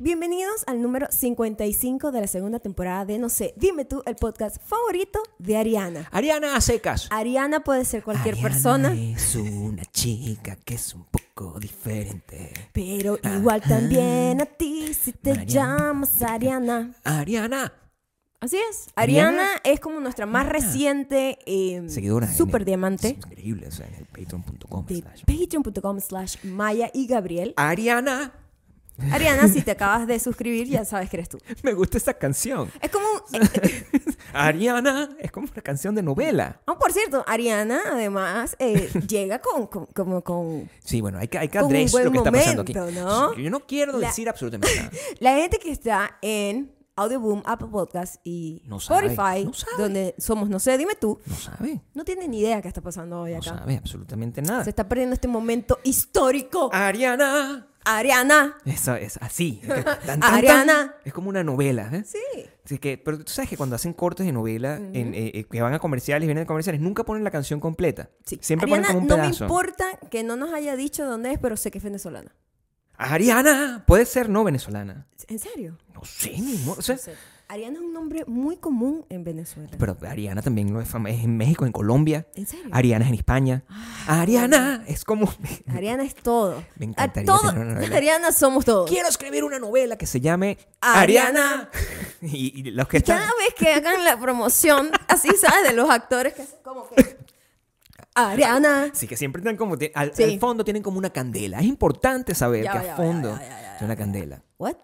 Bienvenidos al número 55 de la segunda temporada de No sé, dime tú el podcast favorito de Ariana. Ariana a secas. Ariana puede ser cualquier Ariana eh. persona, Es una chica que es un poco diferente. pero igual también a ti si te Mariana. llamas Ariana. Ariana. Así es. Ariana, Ariana- es como nuestra más Ariana. reciente eh, Seguidora. en super el- diamante Es increíble. O sea, en el patreon.com. de slash- patreon.com slash Maya y Gabriel. Ariana. Ariana, si te acabas de suscribir, ya sabes que eres tú. Me gusta esta canción. Es como... un- eh, eh, Ariana es como una canción de novela. ah, por cierto, Ariana además eh, llega con, con, como con Sí, bueno, hay que, hay que Con un address buen lo que está pasando aquí. momento, ¿no? Sí, Yo no quiero La- decir absolutamente nada. La gente que está en Audioboom, Apple Podcast y No sabe, Spotify, no sabe. donde somos, no sé, dime tú, No sabe. no tiene ni idea qué está pasando hoy No acá. sabe absolutamente nada. Ah. Se está perdiendo este momento histórico. Ariana. Ariana. Eso es así. Tan, tan, tan. Ariana. Es como una novela. ¿eh? Sí. Así que, pero tú sabes que cuando hacen cortes de novela, en, eh, eh, que van a comerciales, vienen a comerciales, nunca ponen la canción completa. sí. Siempre Ariana, ponen como un no pedazo. me importa que no nos haya dicho dónde es, pero sé que es venezolana. Ariana puede ser no venezolana. ¿En serio? No sé, mi amor. O sea, No sé. Ariana es un nombre muy común en Venezuela. pero Ariana también no es fama- es en México, en Colombia. ¿En serio? Ah. Ariana es en España. Ariana es como. Ariana es todo. Me A encantaría todo- tener una novela. Ariana somos todos. Quiero escribir una novela que se llame Ariana. Ariana. y, y los que están. Cada vez que hagan la promoción, así sabes, de los actores que hacen como que. Ariana. Así que siempre están como. ti- Al, Sí. al fondo tienen como una candela. Es importante saber Ya que va, ya a va, ya va, fondo ya va, ya va, es una candela. ¿What?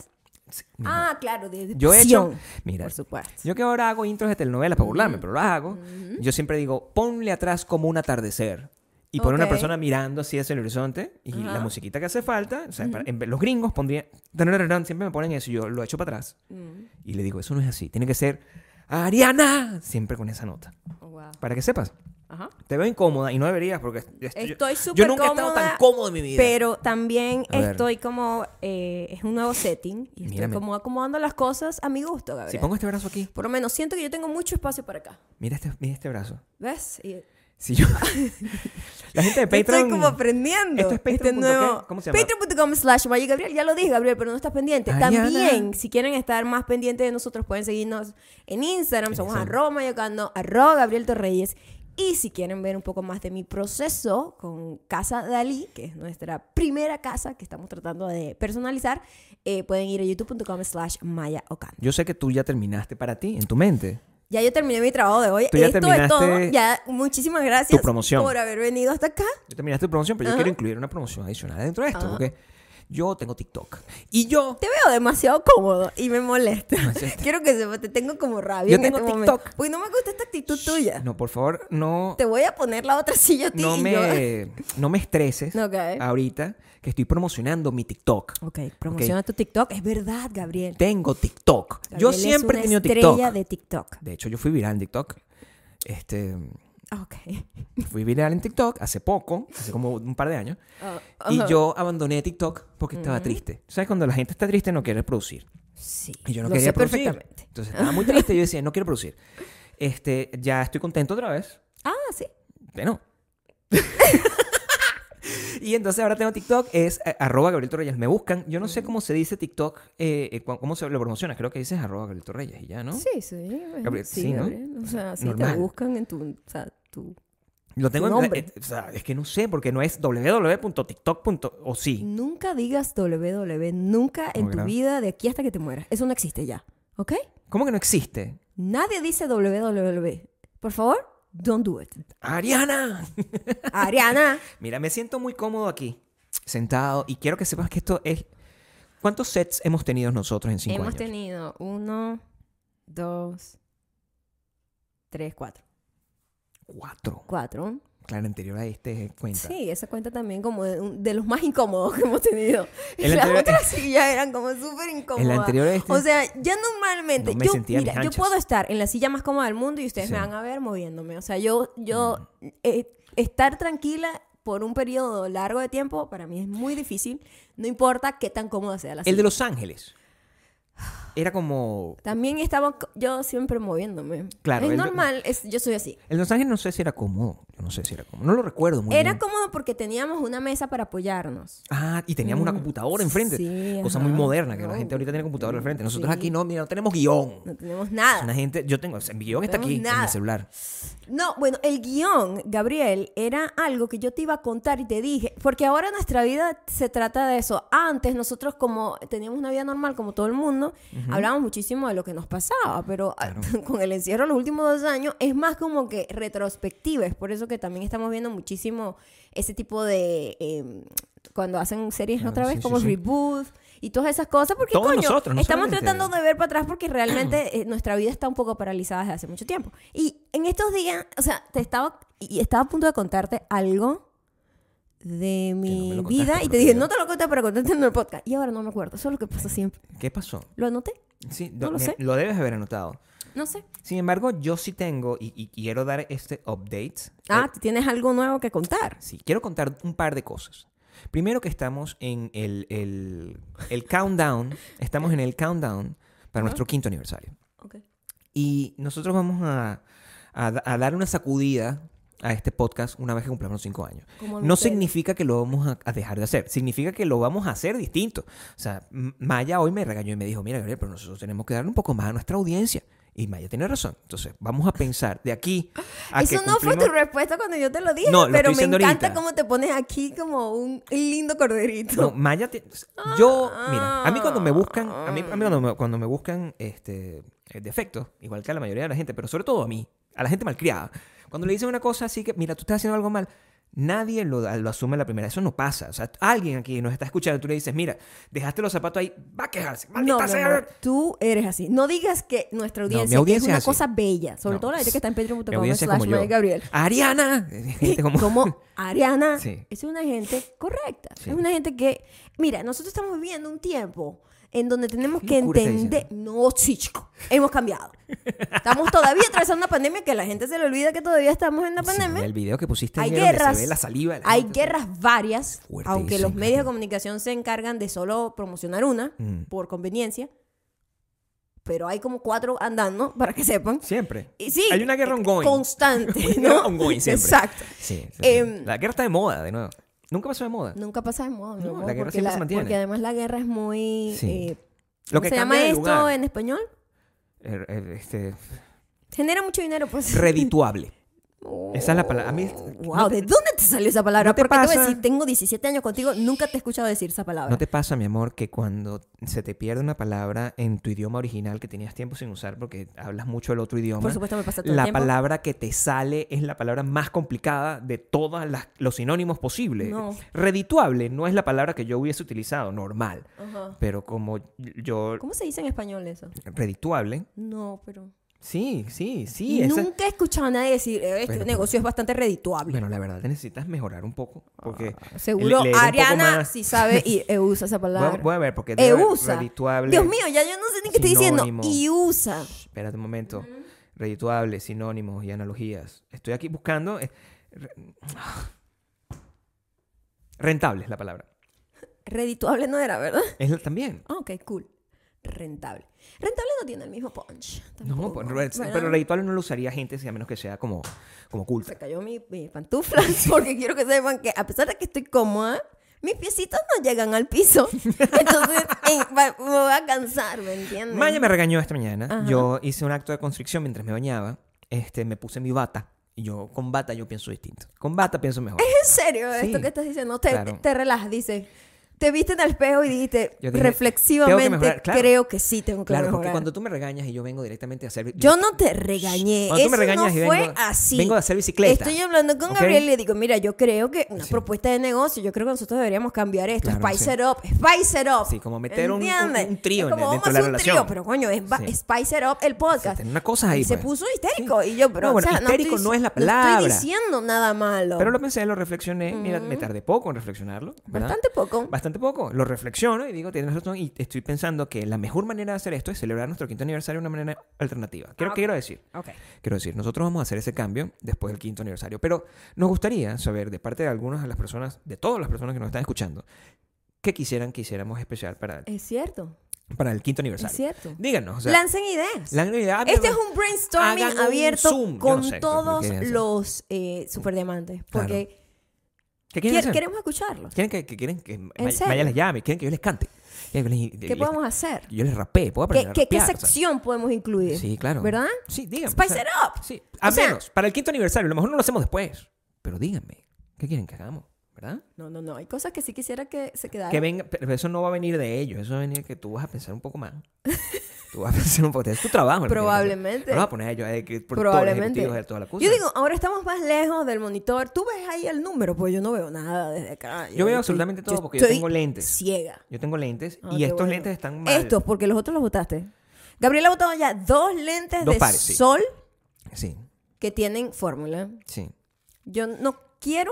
Sí, Ah, claro, de Yo he hecho. dicción, Mira, Por supuesto. yo que ahora hago intros de telenovelas para burlarme, pero lo hago. Yo siempre digo, ponle atrás como un atardecer. Y pone una Ok. persona mirando así hacia el horizonte y Ajá. la musiquita que hace falta. O sea, para- en vez- los gringos pondrían. tarararán, Siempre me ponen eso. Yo lo echo para atrás. Mm. Y le digo, eso no es así. Tiene que ser Ariana. Siempre con esa nota. Oh, wow. Para que sepas. Ajá. Te veo incómoda y no deberías porque. est- est- yo- Estoy súper Yo nunca he estado cómoda, tan cómodo en mi vida. Pero también A ver. estoy como. eh, es un nuevo setting y estoy Mírame. como acomodando las cosas a mi gusto, Si Gabriel. pongo este brazo aquí, Por lo menos siento que yo tengo mucho espacio para acá. mira este, mira este brazo. ¿Ves? Y- Si yo. la gente de Patreon. Estoy como aprendiendo. Esto es este patreon punto nuevo. qué? ¿Cómo se llama? Patreon.com slash Valle Gabriel. Ya lo dije, Gabriel, pero no estás pendiente. Ariana. También, si quieren estar más pendientes de nosotros, pueden seguirnos en Instagram. Somos Instagram. arroba mayocando, arroba Gabriel Torreyes. Y si quieren ver un poco más de mi proceso con Casa Dalí, que es nuestra primera casa que estamos tratando de personalizar, eh, pueden ir a youtube.com slash mayaocando. Yo sé que tú ya terminaste para ti, en tu mente. Ya yo terminé mi trabajo de hoy. Tú ya Esto es terminaste todo. Ya, muchísimas gracias promoción. por haber venido hasta acá. Yo terminaste tu promoción, pero yo quiero incluir una promoción adicional dentro de esto, porque yo tengo TikTok. Y yo. Te veo demasiado cómodo y me molesta. Quiero que sepa, te tengo como rabia. Yo en tengo este TikTok. momento. Uy, no me gusta esta actitud tuya. No, por favor, no. Te voy a poner la otra silla a ti. No y yo- "Ah, me, no me estreses Ok. ahorita que estoy promocionando mi TikTok. Ok, promociona tu TikTok. Es verdad, Gabriel. Tengo TikTok. yo Gabriel es siempre una he tenido estrella TikTok. de TikTok. De hecho, yo fui viral en TikTok. Este, Ah, Ok. fui viral en TikTok hace poco, hace como un par de años. Ah, Y ajá. yo abandoné TikTok porque estaba triste. ¿Sabes? Cuando la gente está triste no quiere producir. Sí. Y yo no lo quería sé producir. perfectamente. Entonces estaba muy triste y yo decía, no quiero producir. Este, ya estoy contento otra vez. Ah, sí. Bueno. y entonces ahora tengo TikTok, es eh, arroba Gabriel Torreyes. Me buscan. Yo no Mm. sé cómo se dice TikTok, eh, eh, cu- cómo se lo promocionas. Creo que dices arroba Gabriel Torreyes y ya, ¿no? Sí, sí. bueno, Gabriel, sí, sí, ¿no? Gabriel. O sea, sí, te normal. buscan en tu... O sea, tu... Lo tengo Tu en... nombre. eh, o sea, es que no sé, porque no es www.tiktok. O sí. Nunca digas www, nunca en ¿Cómo que tu no? vida, de aquí hasta que te mueras. Eso no existe ya, ¿ok? ¿Cómo que no existe? Nadie dice www. Por favor, don't do it. ¡Ariana! Ariana. Mira, me siento muy cómodo aquí, sentado, y quiero que sepas que esto es... ¿Cuántos sets hemos tenido nosotros en cinco Hemos años? tenido uno, dos, tres, cuatro. Cuatro. Cuatro. Claro, anterior a este cuenta. Sí, esa cuenta también como de, un- de los más incómodos que hemos tenido. El Las anterior- otras sillas eran como súper incómodas. El anterior a este... O sea, ya normalmente, No me yo, sentía a mis mira, yo anchas. puedo estar en la silla más cómoda del mundo y ustedes me Sí. Mm. van a ver moviéndome. O sea, yo, yo eh, estar tranquila por un periodo largo de tiempo para mí es muy difícil. No importa qué tan cómoda sea la el silla. de Los Ángeles. era como... También estaba co- yo siempre moviéndome. Claro, Es él- normal, es, yo soy así. El Los Ángeles no sé si era cómodo. Yo no sé si era cómodo. No lo recuerdo muy Era bien. cómodo porque teníamos una mesa para apoyarnos. Ah, y teníamos una computadora enfrente. Mm, sí, cosa ajá. muy moderna, que la No, gente ahorita tiene computadora enfrente. Nosotros sí. aquí no, mira, no tenemos guión. No tenemos nada. Una gente, yo tengo, o sea, mi guión está aquí tenemos en nada. mi celular. No, bueno, el guión, Gabriel, era algo que yo te iba a contar y te dije, porque ahora nuestra vida se trata de eso. Antes nosotros como teníamos una vida normal como todo el mundo, hablábamos muchísimo de lo que nos pasaba, pero ah, con el encierro los últimos dos años es más como que retrospectiva, es por eso que también estamos viendo muchísimo ese tipo de... eh, cuando hacen series Claro, otra vez sí, sí, como sí. Reboot y todas esas cosas, porque Todos coño, nosotros, no estamos solamente- tratando de ver para atrás porque realmente eh, nuestra vida está un poco paralizada desde hace mucho tiempo. Y en estos días, o sea, te estaba y estaba a punto de contarte algo de mi me lo contaste, vida y pero te dije, que- no te lo conté para contarte en el podcast. Y ahora no me acuerdo, eso es lo que pasa siempre. ¿Qué pasó? ¿Lo anoté? Sí, No do- lo me- sé. lo debes haber anotado. No sé. Sin embargo, yo sí tengo, y, y quiero dar este update. Ah, tienes algo nuevo que contar. Sí, quiero contar un par de cosas. Primero que estamos en el, el- el countdown, estamos en el countdown para nuestro quinto aniversario. Ok. Y nosotros vamos a, a da- a dar una sacudida a este podcast una vez que cumplamos los cinco años. Como el No misterio. significa que lo vamos a, a dejar de hacer, significa que lo vamos a hacer distinto. O sea, M- Maya hoy me regañó y me dijo, mira Gabriel, pero nosotros tenemos que darle un poco más a nuestra audiencia. Y Maya tiene razón. Entonces, vamos a pensar de aquí a que Eso no fue cumplimos- tu respuesta cuando yo te lo dije, No, lo pero estoy me diciendo encanta ahorita. cómo te pones aquí como un lindo No, corderito. Maya te- Ah, Yo, mira, a mí cuando me buscan, a mí, a mí cuando, me, cuando me buscan este, eh, defectos, igual que a la mayoría de la gente, pero sobre todo a mí, a la gente malcriada, cuando le dicen una cosa así que, mira, tú estás haciendo algo mal, nadie lo, lo asume a la primera. Eso no pasa. O sea, alguien aquí nos está escuchando, tú le dices, mira, dejaste los zapatos ahí, va a quejarse, maldita No, mi sea. amor, tú eres así. No digas que nuestra No, mi audiencia, audiencia es una es así. cosa bella. Sobre No, todo la gente que está en Mi patreon.com audiencia es slash como yo. Maya Gabriel. Ariana. Gente como- Como Ariana Sí. es una gente correcta. Sí. Es una gente que... Mira, nosotros estamos viviendo un tiempo en donde tenemos que locura está entender... No, sí, chico. Hemos cambiado. Estamos todavía atravesando una pandemia que a la gente se le olvida que todavía estamos en la Sí, pandemia. el video que pusiste Hay ayer donde guerras. se ve la saliva. de la Hay gente. guerras varias, Fuerte aunque eso, los medios de claro. comunicación se encargan de solo promocionar una Mm. por conveniencia. Pero hay como cuatro andando, para que sepan. Siempre. Y sí, Hay una guerra eh, ongoing. Hay Constante, una ¿no? guerra ongoing siempre. Exacto. Sí, sí, Em, sí. la guerra está de moda, de nuevo. Nunca pasó de moda. Nunca pasa de moda, mi No, amor, la guerra porque siempre se mantiene. Porque además la guerra es muy... Sí. eh, Lo ¿cómo que se cambia llama de esto lugar. en español? Er- er, este, Genera mucho dinero, pues. redituable. Esa es la palabra. A mí- Wow, no ¿de dónde te salió esa palabra? no te porque te voy a pasa- decir, tengo 17 años contigo, nunca te he escuchado decir esa palabra. ¿No te pasa, mi amor, que cuando se te pierde una palabra en tu idioma original que tenías tiempo sin usar porque hablas mucho el otro idioma? Por supuesto me pasa todo el La tiempo. palabra que te sale es la palabra más complicada de todos los sinónimos posibles. No. Redituable no es la palabra que yo hubiese utilizado, normal. Ajá. Pero como yo... ¿Cómo se dice en español eso? Redituable. No, pero... Sí, sí, sí. esa- Nunca he escuchado a nadie decir, "Eh, este Bueno, negocio es bastante redituable. Bueno, la verdad, te necesitas mejorar un poco. Ah. Porque Seguro le- leer un poco Ariana más- sí sabe y eh, usa esa Voy a, palabra. voy a ver, porque debe Eh, haber usa. redituable. Dios mío, ya yo no sé ni qué estoy diciendo. sinónimo. Y usa. Espérate un momento. Mm. Redituable, sinónimos y analogías. Estoy aquí buscando. eh, re- Rentable es la palabra. Redituable no era, ¿verdad? Es la- también. Ah, ok, cool. Rentable. Rentable no tiene el mismo punch. No, tampoco, pues, re- ¿verdad? pero redituable no lo usaría gente si a menos que sea como, como culta. Se cayó mi, mi pantufla porque quiero que sepan que a pesar de que estoy cómoda, mis piecitos no llegan al piso. Entonces eh, va- me voy a cansar, ¿me entiendes? Maya me regañó esta mañana. Mm. Ajá. Yo hice un acto de constricción mientras me bañaba. Este, me puse mi bata. Y yo, con bata yo pienso distinto. Con bata pienso mejor. ¿En serio esto Sí, que estás diciendo? Te, claro. te relajas, dices. Te viste en el espejo y dijiste, Yo dije, reflexivamente, tengo que mejorar, claro. creo que sí tengo que Claro, porque mejorar. cuando tú me regañas y yo vengo directamente a hacer... Yo no te regañé. Cuando tú me Eso regañas no y fue vengo- así. vengo de hacer bicicleta. Estoy hablando con ¿Ok? Gabriel y le digo, mira, yo creo que una Sí. propuesta de negocio, yo creo que nosotros deberíamos cambiar esto. Claro, spice sí. it up, spice it up. Sí, como meter un- un- ¿Entiendes? un trío Es como, en- vamos dentro a de la hacer un trío, relación. pero coño, es ba- Sí. spice it up el podcast. Sí, tiene una cosa ahí, Y se pues. puso histérico. Y yo, pero, No, bueno, o sea, no histérico estoy- no es la No palabra. estoy diciendo nada malo. Pero lo pensé, lo reflexioné. Mira, me tardé poco en reflexionarlo. ¿verdad? Bastante poco. Bastante poco. Lo reflexiono y digo, tienes razón. Y estoy pensando que la mejor manera de hacer esto es celebrar nuestro quinto aniversario de una manera alternativa. Quiero, Ah, quiero decir, Ok. quiero decir, nosotros vamos a hacer ese cambio después del quinto aniversario. Pero nos gustaría saber de parte de algunas de las personas, de todas las personas que nos están escuchando, qué quisieran que hiciéramos especial para Es cierto. para el quinto aniversario. Es cierto. Díganos. o sea, Lancen ideas. la idea- ah, este es un brainstorming Hagan un abierto Zoom. Yo con no sé qué todos quieren hacer. los eh, superdiamantes. Claro. Porque ¿Qué quier- quieren hacer? queremos escucharlos. ¿Quieren que, que- quieren que Maya, serio? Maya les llame? ¿Quieren que yo les cante? ¿Quieren que les- ¿Qué les- podemos hacer? Yo les rapé, puedo ¿Qué, aprender qué- a qué rapear, o sea. sección podemos incluir? Sí, claro. ¿Verdad? Sí, díganme. Spice o sea, it up. Sí, a O sea- menos, para el quinto aniversario, a lo mejor no lo hacemos después, pero díganme, ¿qué quieren que hagamos? ¿Verdad? No, no, no. Hay cosas que sí quisiera que se quedaran. Que venga, pero eso no va a venir de ellos, eso va a venir que tú vas a pensar un poco más. tú vas a pensar un poco, es tu trabajo. lo que tienes que hacer. Probablemente. No lo vas a poner a ellos, eh, que productores, Probablemente. ejecutivos, eh, toda la cosa. Yo digo, ahora estamos más lejos del monitor. Tú ves ahí el número, pues yo no veo nada desde acá. Yo veo estoy- absolutamente todo porque yo estoy tengo lentes. Ciega. Yo tengo lentes Ah, y qué estos bueno. lentes están mal. Estos, porque los otros los botaste. Gabriela ha botado ya dos lentes Dos de pares, sí. sol Sí, que tienen fórmula. sí. Yo no quiero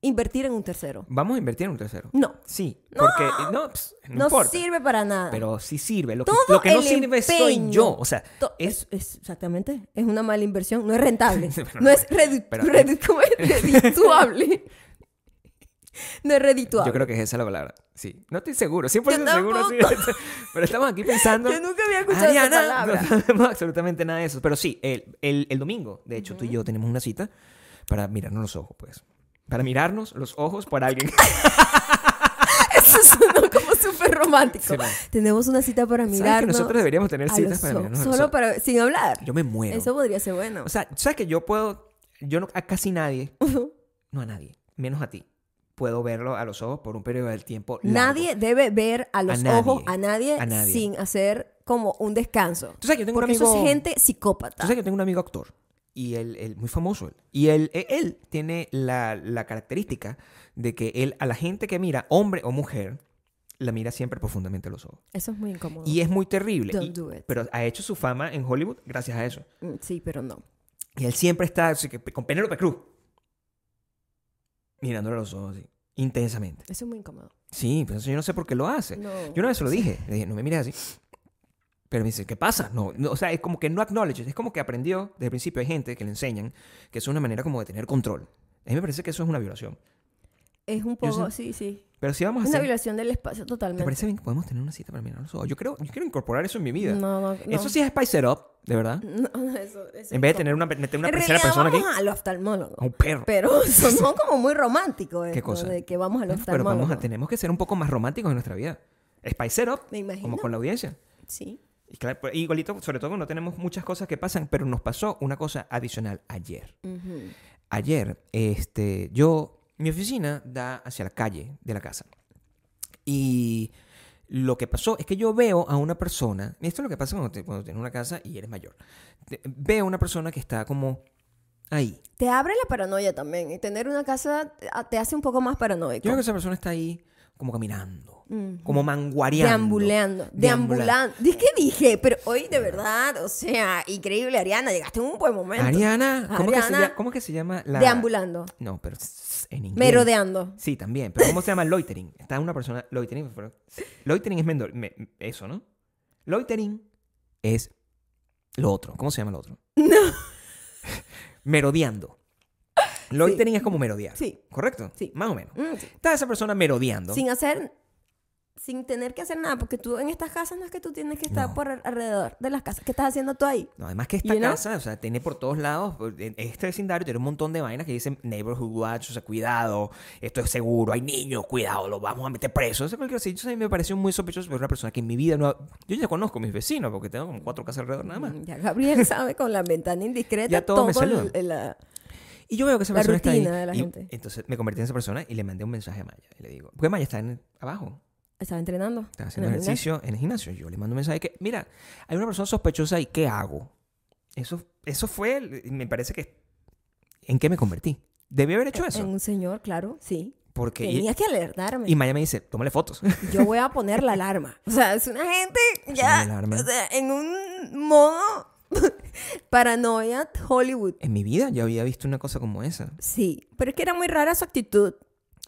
invertir en un tercero. Vamos a invertir en un tercero. No. Sí, No. porque eh, no, pss, no, No, importa. sirve para nada. Pero sí sirve. Lo que, Todo lo que no el sirve soy empeño. yo. O sea, To- es es, es- exactamente. Es una mala inversión. No es rentable. Pero- no es, redu- pero- redu- ¿cómo es? redituable. no es redituable. Yo creo que es esa la palabra. Sí. No estoy seguro. 100% Yo seguro. sí. Pero estamos aquí pensando. Yo nunca había escuchado esa Ariana, palabra. No sabemos absolutamente nada de eso. Pero sí, el, el- el domingo, de hecho, tú y yo tenemos una cita para mirarnos los ojos, pues. Para mirarnos los ojos por alguien. Eso sonó como súper romántico. Sí, va. Tenemos una cita para ¿Sabes mirarnos. que nosotros deberíamos tener a citas los para ojos, mirarnos los Solo ojos? para... Sin hablar. Yo me muero. Eso podría ser bueno. O sea, ¿sabes que yo puedo. Yo no, a casi nadie. No a nadie. Menos a ti. Puedo verlo a los ojos por un periodo de tiempo. largo. nadie debe ver a los nadie. ojos a nadie, A nadie. sin hacer como un descanso. Tú sabes que yo tengo Porque un amigo. eso es gente psicópata. Tú sabes que yo tengo un amigo actor y él, él- muy famoso, él. y él, él, él tiene la, la característica de que él a la gente que mira, hombre o mujer, la mira siempre profundamente a los ojos. Eso es muy incómodo. Y es muy terrible. Don't y- do it. Pero ha hecho su fama en Hollywood gracias a eso. Mm, Sí, pero no. Y él siempre está así que, con Penélope Cruz mirándole a los ojos así, intensamente. Eso es muy incómodo. Sí, pero eso yo no sé por qué lo hace. No. Yo una vez se lo dije, le dije, no me mires así. Pero me dice, ¿qué pasa? No, no, o sea, es como que no acknowledges, es como que aprendió desde el principio, hay gente que le enseñan que eso es una manera como de tener control. A mí me parece que eso es una violación. Es un Yo sé- poco, sí, sí. Pero si vamos a Es una hacer... violación del espacio ¿Te totalmente. parece bien que podemos tener una cita para mirar los ojos? Yo, creo, yo quiero incorporar eso en mi vida. No, no, no. Eso sí es spice it up, de verdad. No, no, eso, eso En vez es de tener una, meter una En tercera realidad persona aquí, vamos al oftalmólogo. a un perro. Pero sonó como muy romántico esto, cosa? de que vamos al Bueno, Pero oftalmólogo. vamos a, tenemos que ser un poco más románticos en nuestra vida. Spice it up, Me imagino. como con la audiencia. Sí. Y claro, pues, igualito, sobre todo cuando tenemos muchas cosas que pasan, pero nos pasó una cosa adicional ayer. Ujú. Ayer, este, yo, mi oficina da hacia la calle de la casa. Y lo que pasó es que yo veo a una persona, y esto es lo que pasa cuando, te- cuando tienes una casa y eres mayor, Te- veo a una persona que está como ahí. Te abre la paranoia también. Y tener una casa te- a- te hace un poco más paranoico. Yo veo que esa persona está ahí como caminando, Ujú. como manguareando. Deambuleando. Deambulando. ¿De ¿Qué dije? Pero hoy, de verdad, o sea, increíble, Ariana. Llegaste en un buen momento. Ariana, ¿cómo, Que se, Ariana, llama- ¿cómo que se llama la...? Deambulando. No, pero s- en inglés. Merodeando. Sí, también. Pero ¿cómo se llama loitering? Está una persona. Loitering. pero- Loitering es mendo- me- eso, ¿no? Loitering es lo otro. ¿Cómo se llama lo otro? No. Merodeando. Loitering es como merodear. Sí. ¿Correcto? Sí. Más o menos. Mm, sí. Está esa persona merodeando. Sin hacer... Sin tener que hacer nada, porque tú en estas casas no es que tú tienes que estar No. por al- alrededor de las casas. ¿Qué estás haciendo tú ahí? No, además que esta You know? casa, o sea, tiene por todos lados, en este vecindario tiene un montón de vainas que dicen neighborhood watch, o sea, cuidado, esto es seguro, hay niños, cuidado, los vamos a meter presos. O sea, cualquier cosa. Entonces, a mí me pareció muy sospechoso porque una persona que en mi vida no... ha- Yo ya conozco a mis vecinos porque tengo como cuatro casas alrededor nada más. Mm, Ya Gabriel sabe con la ventana indiscreta Ya todo me saluda. el- la- Y yo veo que esa La persona está ahí. rutina de la y gente. Entonces me convertí en esa persona y le mandé un mensaje a Maya. Y le digo, porque Maya está en, abajo, estaba entrenando. está haciendo en el gimnasio. ejercicio en el gimnasio. Yo le mando un mensaje que, mira, hay una persona sospechosa y ¿qué hago? Eso, eso fue, el- me parece que... ¿En qué me convertí? Debí haber hecho eso. En un señor, claro, sí. Porque y, Tenías que alertarme. y Maya me dice, tómale fotos. Yo voy a poner la alarma. O sea, es una gente una ya alarma. o sea, en un modo paranoia Hollywood. en mi vida yo había visto una cosa como esa. Sí, pero es que era muy rara su actitud.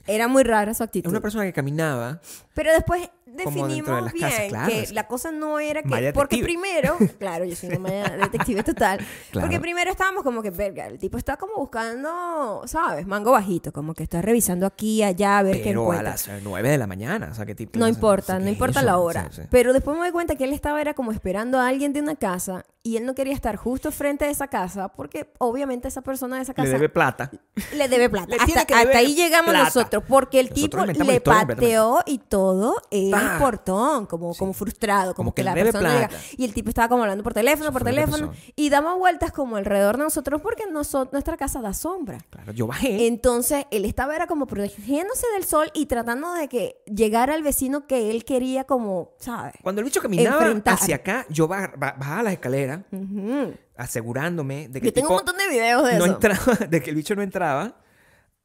Era muy rara su actitud. Es una persona que caminaba. Pero después Como dentro de definimos las bien casas, claro, que es- la cosa no era que... Maya porque detective. primero, claro, yo soy una maya detective total. Claro. Porque primero estábamos como que, verga, el tipo está como buscando, ¿sabes? Mango bajito, como que está revisando aquí, allá, a ver qué Pero a encuentra. las 9 de la mañana, o sea, qué tipo. No o sea, importa, ¿qué no es importa eso? la hora. Sí, sí. Pero después me doy cuenta que él estaba era como esperando a alguien de una casa y él no quería estar justo frente a esa casa porque obviamente esa persona de esa Le casa debe plata. le debe plata. Le hasta, tiene que hasta deber ahí llegamos plata. nosotros, porque el Nosotros tipo inventamos le historias pateó y todo el Pa. portón, como, como frustrado, como, Como que, que la debe persona llega- plata. Y el tipo estaba como hablando por teléfono, por fue lo que teléfono, pasó. y damos vueltas como alrededor de nosotros porque noso- nuestra casa da sombra. Claro, yo bajé. Entonces él estaba era como protegiéndose del sol y tratando de que llegara al vecino que él quería como, ¿sabes? Cuando el bicho caminaba enfrentar. hacia acá, yo ba- ba- bajaba las escaleras Ujú. asegurándome de que Yo el tengo tipo un montón de videos de no eso. entraba, de que el bicho no entraba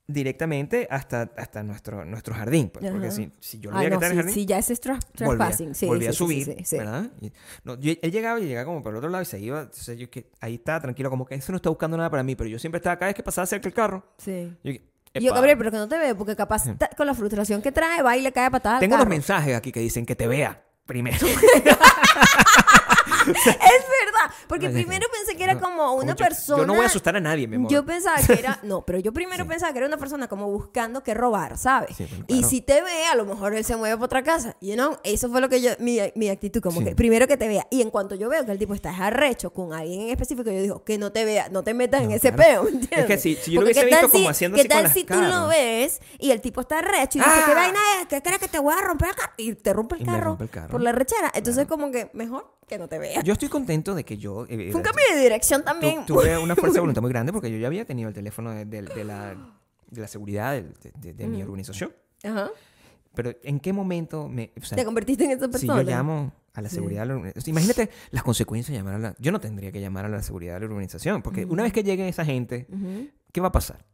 directamente hasta, hasta nuestro, nuestro jardín. pues, Ajá. porque si, si yo lo Ah, veía no, que estaba en sí, el jardín, sí, ya ese es tra- volvía, trespassing. Sí, volvía sí, a sí, subir, sí, sí, sí. ¿verdad? Y- no, yo- él llegaba y llegaba como para el otro lado y se iba. Entonces yo que ahí estaba tranquilo, como que eso no está buscando nada para mí, pero yo siempre estaba cada vez que pasaba cerca el carro. Sí. Yo, que, Y Yo, "Epa, Gabriel, pero que no te veo, porque capaz ta- con la frustración que trae, va y le cae a patada. al tengo unos carro. mensajes aquí que dicen que te vea primero. Es verdad, porque No, ya, ya. primero pensé que era No, como una yo- persona. Yo no voy a asustar a nadie, mi amor. Yo pensaba que era. No, pero yo primero pensaba que era una persona como buscando que robar, ¿sabes? Sí, bueno, Y claro. si te ve, a lo mejor él se mueve para otra casa. You know? Eso fue lo que yo. Mi, mi actitud, como Sí. que primero que te vea. Y en cuanto yo veo que el tipo está arrecho con alguien en específico, yo digo, que no te vea, no te metas en ese peo, claro. ¿me entiendes? Es que si- si yo lo Porque hubiese qué tal visto como si- haciendo ¿Qué así con tal las si tú caras, lo ¿no? ves y el tipo está arrecho y dice, ¡Ah! ¿qué vaina es? ¿Qué crees que te voy a romper el carro? Y te rompe el, Y me carro, rompe el carro. por la rechera. Entonces, como que mejor que no te vea. Yo estoy contento de que yo. eh, Fue un cambio de dirección también. Tu- tuve una fuerza de voluntad muy grande porque yo ya había tenido el teléfono de, de- de la, de la seguridad del- de, de- de mi organización. Ajá. Pero ¿en qué momento me... o sea, Te convertiste en esa si persona. yo llamo a la seguridad... de la organi- o sea, imagínate las consecuencias de llamar a la... Yo no tendría que llamar a la seguridad de la organización porque una vez que llegue esa gente, Ujú. ¿qué va a pasar?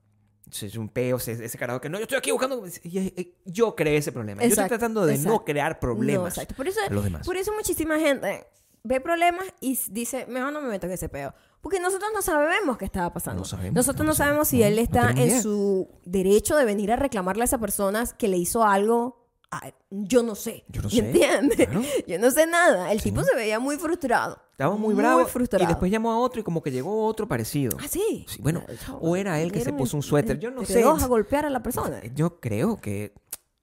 Si Es un peo, si es ese carajo que no, yo estoy aquí buscando... y- y- y- Yo creé ese problema. yo Exacto, estoy tratando de exacto. no crear No, problemas exacto. Por eso, a los demás. por eso muchísima gente ve problemas y s- dice, mejor no me meto en ese peo. Porque nosotros no sabemos qué estaba pasando. No sabemos nosotros qué no estaba sabemos si pasando. él No, no está tenemos en idea. su derecho de venir a reclamarle a esa persona que le hizo algo. a- yo no sé. Yo no ¿Me sé, entiendes? claro. Yo no sé nada. El tipo se veía muy frustrado. Estaba muy, bravo. frustrado. Y después llamó a otro y como que llegó otro parecido. Ah, sí. Sí, bueno, Chao, o era él que se vinieron puso un en- suéter, en- yo no entre sé. dos a golpear a la persona. Yo creo que.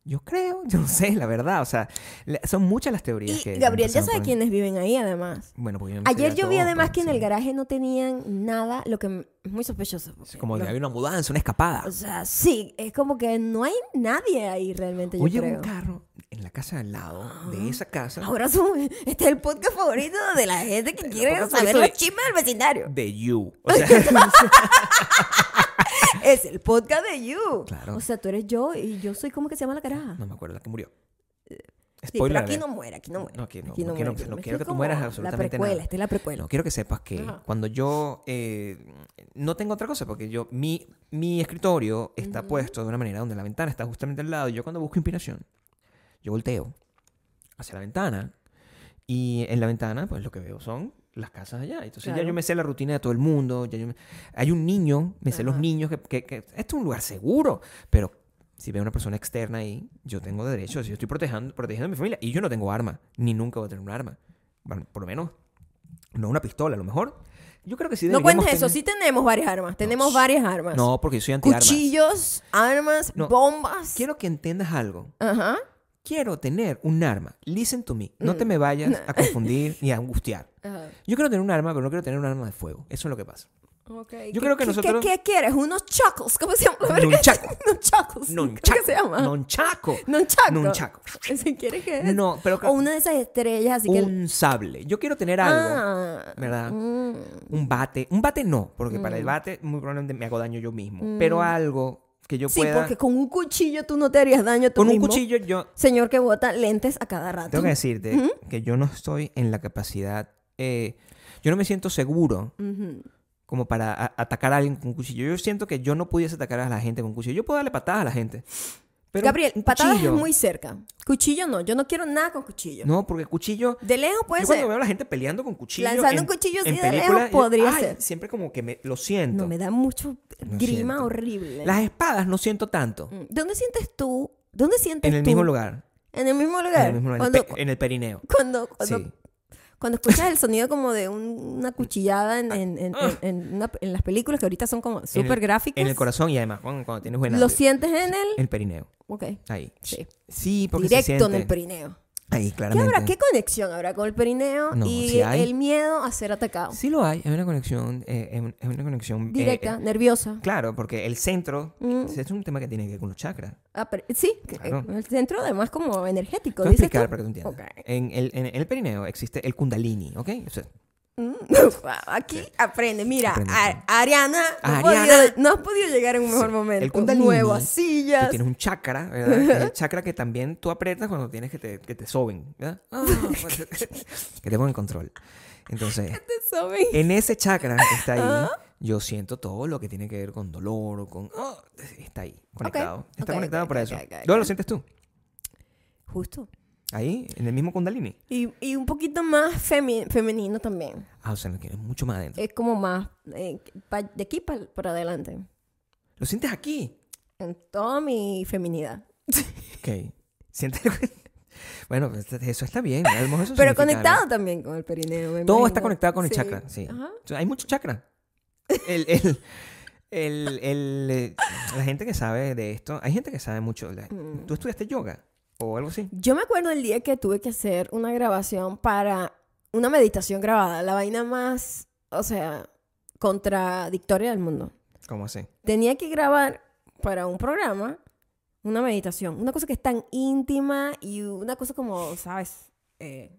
Yo creo, yo no sé, la verdad. O sea, la- son muchas las teorías que. Y que Gabriel ya empezaron sabe por- quiénes viven ahí, además. Bueno, porque yo no Ayer sabía yo vi todo, además pero que en sí. el garaje no tenían nada, lo que m- es muy sospechoso. porque Sí, como no- que había una mudanza, una escapada. o sea, sí, es como que no hay nadie ahí realmente, yo Oye, creo. Ah. un carro en la casa de al lado, de esa casa, Ahora son- este es el podcast favorito de la gente que quiere podcast saber favorito los de- chismes del vecindario. de You. O sea, Es el podcast de You. Claro. O sea, tú eres yo y yo soy como que se llama la caraja. no me acuerdo la que murió. Sí, pero Spoiler. aquí no alert. muere, aquí no muere. No, aquí no, no quiero- no Me quiero estoy que tú como mueras absolutamente La precuela, nada. esta es la precuela. No, quiero que sepas que Ajá. cuando yo eh, no tengo otra cosa, porque yo, mi, mi escritorio está puesto de una manera donde la ventana está justamente al lado. Y yo cuando busco inspiración, yo volteo hacia la ventana y en la ventana, pues lo que veo son las casas allá. Entonces Claro. ya yo me sé la rutina de todo el mundo. ya yo me- Hay un niño, me sé los Ajá. niños, que, que- que- esto es un lugar seguro, pero si veo una persona externa ahí, yo tengo derecho, si yo estoy protegiendo, protegiendo a mi familia y yo no tengo arma, ni nunca voy a tener un arma. Bueno, por lo menos, no una pistola, a lo mejor. Yo creo que sí No deberíamos cuentes eso, tener- sí pues. tenemos varias armas. Tenemos varias armas. No, porque yo soy antiarmas. Cuchillos, armas, No. bombas. Quiero que entiendas algo. Ajá. Quiero tener un arma. Listen to me. No Mm. te me vayas a confundir ni a angustiar. Ajá. Yo quiero tener un arma, pero no quiero tener un arma de fuego. Eso es lo que pasa. Okay. Yo ¿Qué- creo que qué- nosotros- ¿Qué, qué quieres? ¿Unos chuckles? ¿Cómo se llama? la verga? Nunchaku. Nunchakus. Nonchaco. ¿Qué se llama? Nonchaco. Nunchaku. Nunchaku. ¿Ese quiere que es? No, pero O una de esas estrellas, así que... un sable. Yo quiero tener algo, Ah. ¿verdad? Mm. Un bate. Un bate no, porque para el bate muy probablemente me hago daño yo mismo. Pero algo que yo Mm. Sí, pueda... porque con un cuchillo tú no te harías daño tú Con un mismo. cuchillo yo... Señor que bota lentes a cada rato. Tengo que decirte que yo no estoy en la capacidad... eh, yo no me siento seguro Ujú. como para a- atacar a alguien con un cuchillo. Yo siento que yo no pudiese atacar a la gente con un cuchillo. Yo puedo darle patadas a la gente, Pero Gabriel, un patadas es cuchillo. muy cerca. Cuchillo no, yo no quiero nada con cuchillo. No, porque cuchillo... De lejos puede yo ser. cuando veo a la gente peleando con cuchillo... Lanzando en- un cuchillo así en de lejos películas, yo, podría ay, ser. Siempre como que me, lo siento. No, me da mucho Lo grima siento. horrible. Las espadas no siento tanto. Mm, ¿Dónde sientes tú? ¿Dónde sientes En el Mm, tú? mismo lugar. En el mismo En lugar. el, mismo lugar, en Cuando, el pe- en el perineo. cuando, cuando, Sí. cuando escuchas el sonido como de un- una cuchillada en, en- en- en- en una- en las películas que ahorita son como Ah. En el- súper gráficas. En el corazón y además cuando, cuando tienes buena... Lo sientes en el... El perineo. Ok. Ahí. Sí. Sí, porque se Directo en siente. el perineo. Ahí, ¿Qué claramente. habrá? ¿Qué conexión habrá con el perineo No, y sí hay. el miedo a ser atacado? Sí lo hay, es una conexión, eh, es un- es una conexión eh, Directa, eh, nerviosa. claro, porque el centro Mm. es un tema que tiene que ver con los chakras. Ah, pero- sí, que- Claro. el centro además como energético. Te voy a ¿dices explicar tú? para que tú entiendas. Ok. En, el, en el perineo existe el kundalini, ¿ok? O sea, Mm, Aquí aprende. Mira, Aprende, a- aprende. Ariana, no, ha Ariana. podido- no has podido llegar en un mejor Sí, momento. el Kundalini, Nuevas tú sillas. tienes un chakra, ¿verdad? Que es el chakra que también tú aprietas cuando tienes que te, que te soben, ¿verdad? Ah, pues, que te pongan en control. Entonces, ¿saben? en ese chakra que está Ah. ahí, yo siento todo lo que tiene que ver con dolor o con... ah, está ahí, conectado. Está ok, conectado ok, por ok, eso. ok, ok. ¿Dónde lo sientes tú? Justo. Ahí, en el mismo kundalini. Y, y un poquito más femi- femenino también. Ah, o sea, lo tienes mucho más adentro. Es como más eh, pa- de aquí pa- para, adelante. Lo sientes aquí. En toda mi feminidad. Ok. Sientes... bueno, pues, eso está bien. ya vemos eso Pero significa conectado algo. también con el perineo. me Todo imagino. está conectado con el Sí. chakra, sí. Ajá. O sea, hay mucho chakra. El, el, el- el, eh, la gente que sabe de esto, hay gente que sabe mucho. La- Mm. ¿Tú estudiaste yoga o algo así? Yo me acuerdo el día que tuve que hacer una grabación para una meditación grabada, la vaina más, o sea, contradictoria del mundo. ¿Cómo así? Tenía que grabar para un programa una meditación, una cosa que es tan íntima y una cosa como, ¿sabes? Eh,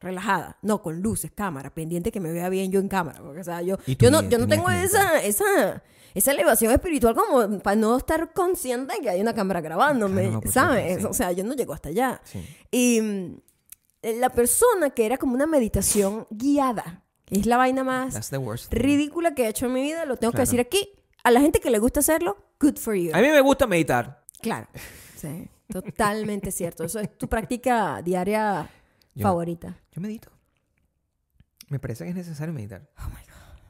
relajada, no con luces, cámara, pendiente que me vea bien yo en cámara, porque o sea, yo, Y tú yo no, bien, yo no tú tengo bien, tú esa, esa, esa elevación espiritual como para no estar consciente que hay una cámara grabándome, Claro, no, por ¿sabes? supuesto, sí. O sea, yo no llego hasta allá. Sí. Y mm, la persona que era como una meditación guiada, que es la vaina más That's the worst. thing. ridícula que he hecho en mi vida, lo tengo que Claro. decir aquí. A la gente que le gusta hacerlo, good for you. A mí me gusta meditar. Claro. Sí, totalmente cierto. Eso es tu práctica diaria Yo- favorita. Yo medito. Me parece que es necesario meditar.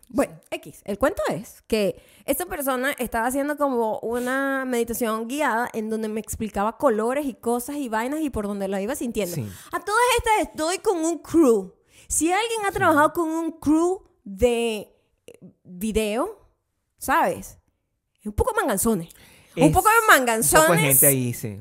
Bueno, X, el cuento es que esta persona estaba haciendo como una meditación guiada en donde me explicaba colores y cosas y vainas y por donde las iba sintiendo. Sí. A todas estas estoy con un crew. Si alguien ha trabajado con un crew de eh, video, ¿sabes? Un poco manganzones. un Es poco de manganzones Un poco de gente ahí, sí.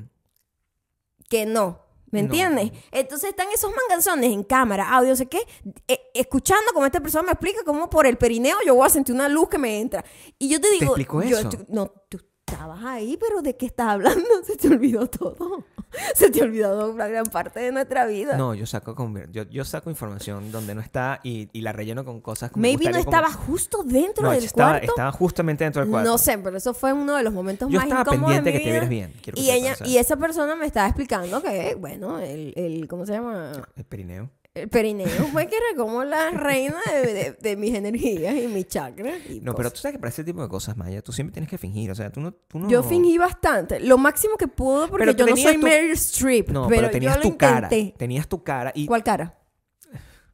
que no. ¿Me No. entiendes? Entonces están esos manganzones en cámara, audio, no sé qué, eh, escuchando como esta persona me explica cómo por el perineo yo voy a sentir una luz que me entra. Y yo te digo, explicó yo eso? estu- no, tú estabas ahí, pero ¿de qué estás hablando? Se te olvidó todo. Se te olvidó una gran parte de nuestra vida. No, yo saco, con- yo, yo saco información donde no está y, y la relleno con cosas que me Maybe no gustaría como- estaba justo dentro No, del estaba, cuarto. estaba justamente dentro del cuarto. No sé, pero eso fue uno de los momentos Yo más estaba incómodos de pendiente mi que te vida. vieras bien, quiero que Y, sepas, ella, o sea. y esa persona me estaba explicando que, bueno, el, el ¿cómo se llama? El perineo. El Eh, perineo fue que era como la reina de, de- de mis energías y mis chakras. y No, pero cosas. tú sabes que para ese tipo de cosas, Maya, tú siempre tienes que fingir. O sea, tú no. Tú no Yo fingí bastante, lo máximo que pude, porque Pero tú yo no tenías soy tu- Meryl Streep, No, pero, pero, tenías yo lo tu cara. intenté. Tenías tu cara y ¿Cuál cara?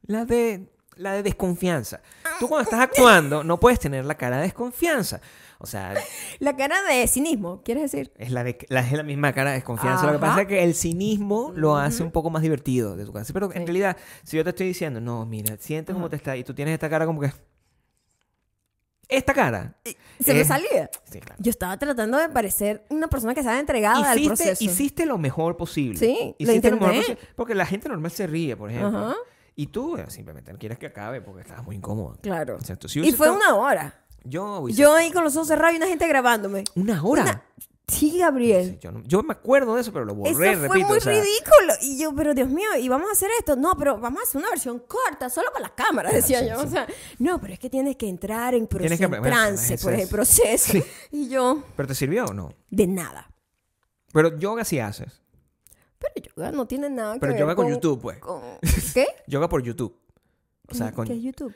la de la de desconfianza. Tú cuando estás actuando no puedes tener la cara de desconfianza. O sea, La cara de cinismo, ¿quieres decir? es la, de, la, es la misma cara de desconfianza. Lo Ajá. que pasa es que el cinismo lo hace un poco más divertido de tu cara. Pero Sí. en realidad, si yo te estoy diciendo, no, mira, siente cómo te está y tú tienes esta cara como que... Esta cara. Se me Eh, salía. Sí, claro. Yo estaba tratando de parecer una persona que estaba entregada al hiciste, proceso. hiciste lo mejor posible. Sí, lo hiciste mejor intenté. posible. Porque la gente normal se ríe, por ejemplo. Ajá. Y tú bueno, simplemente no quieres que acabe porque estabas muy incómodo. Claro. O sea, tú sí Y hubiese fue estado- una hora. Yo, hubiese- Yo ahí con los ojos cerrados y una gente grabándome. ¿Una hora? Una- Sí, Gabriel. Sí, yo, no- yo me acuerdo de eso, pero lo borré, Eso fue repito. muy o sea, ridículo. Y yo, pero Dios mío, y vamos a hacer esto. No, pero vamos a hacer una versión corta, solo para las cámaras, decía Ah, sí, yo. sí. O sea, no, pero es que tienes que entrar en, proceso, Tienes que- en bueno, trance, eso por el es. proceso. Y yo, ¿Pero te sirvió o no? de nada. Pero yoga sí haces. Pero yoga no tiene nada Pero que yoga ver con, YouTube, pues. con- ¿Qué? Yoga por YouTube. O Mm, sea, con... ¿Qué es YouTube?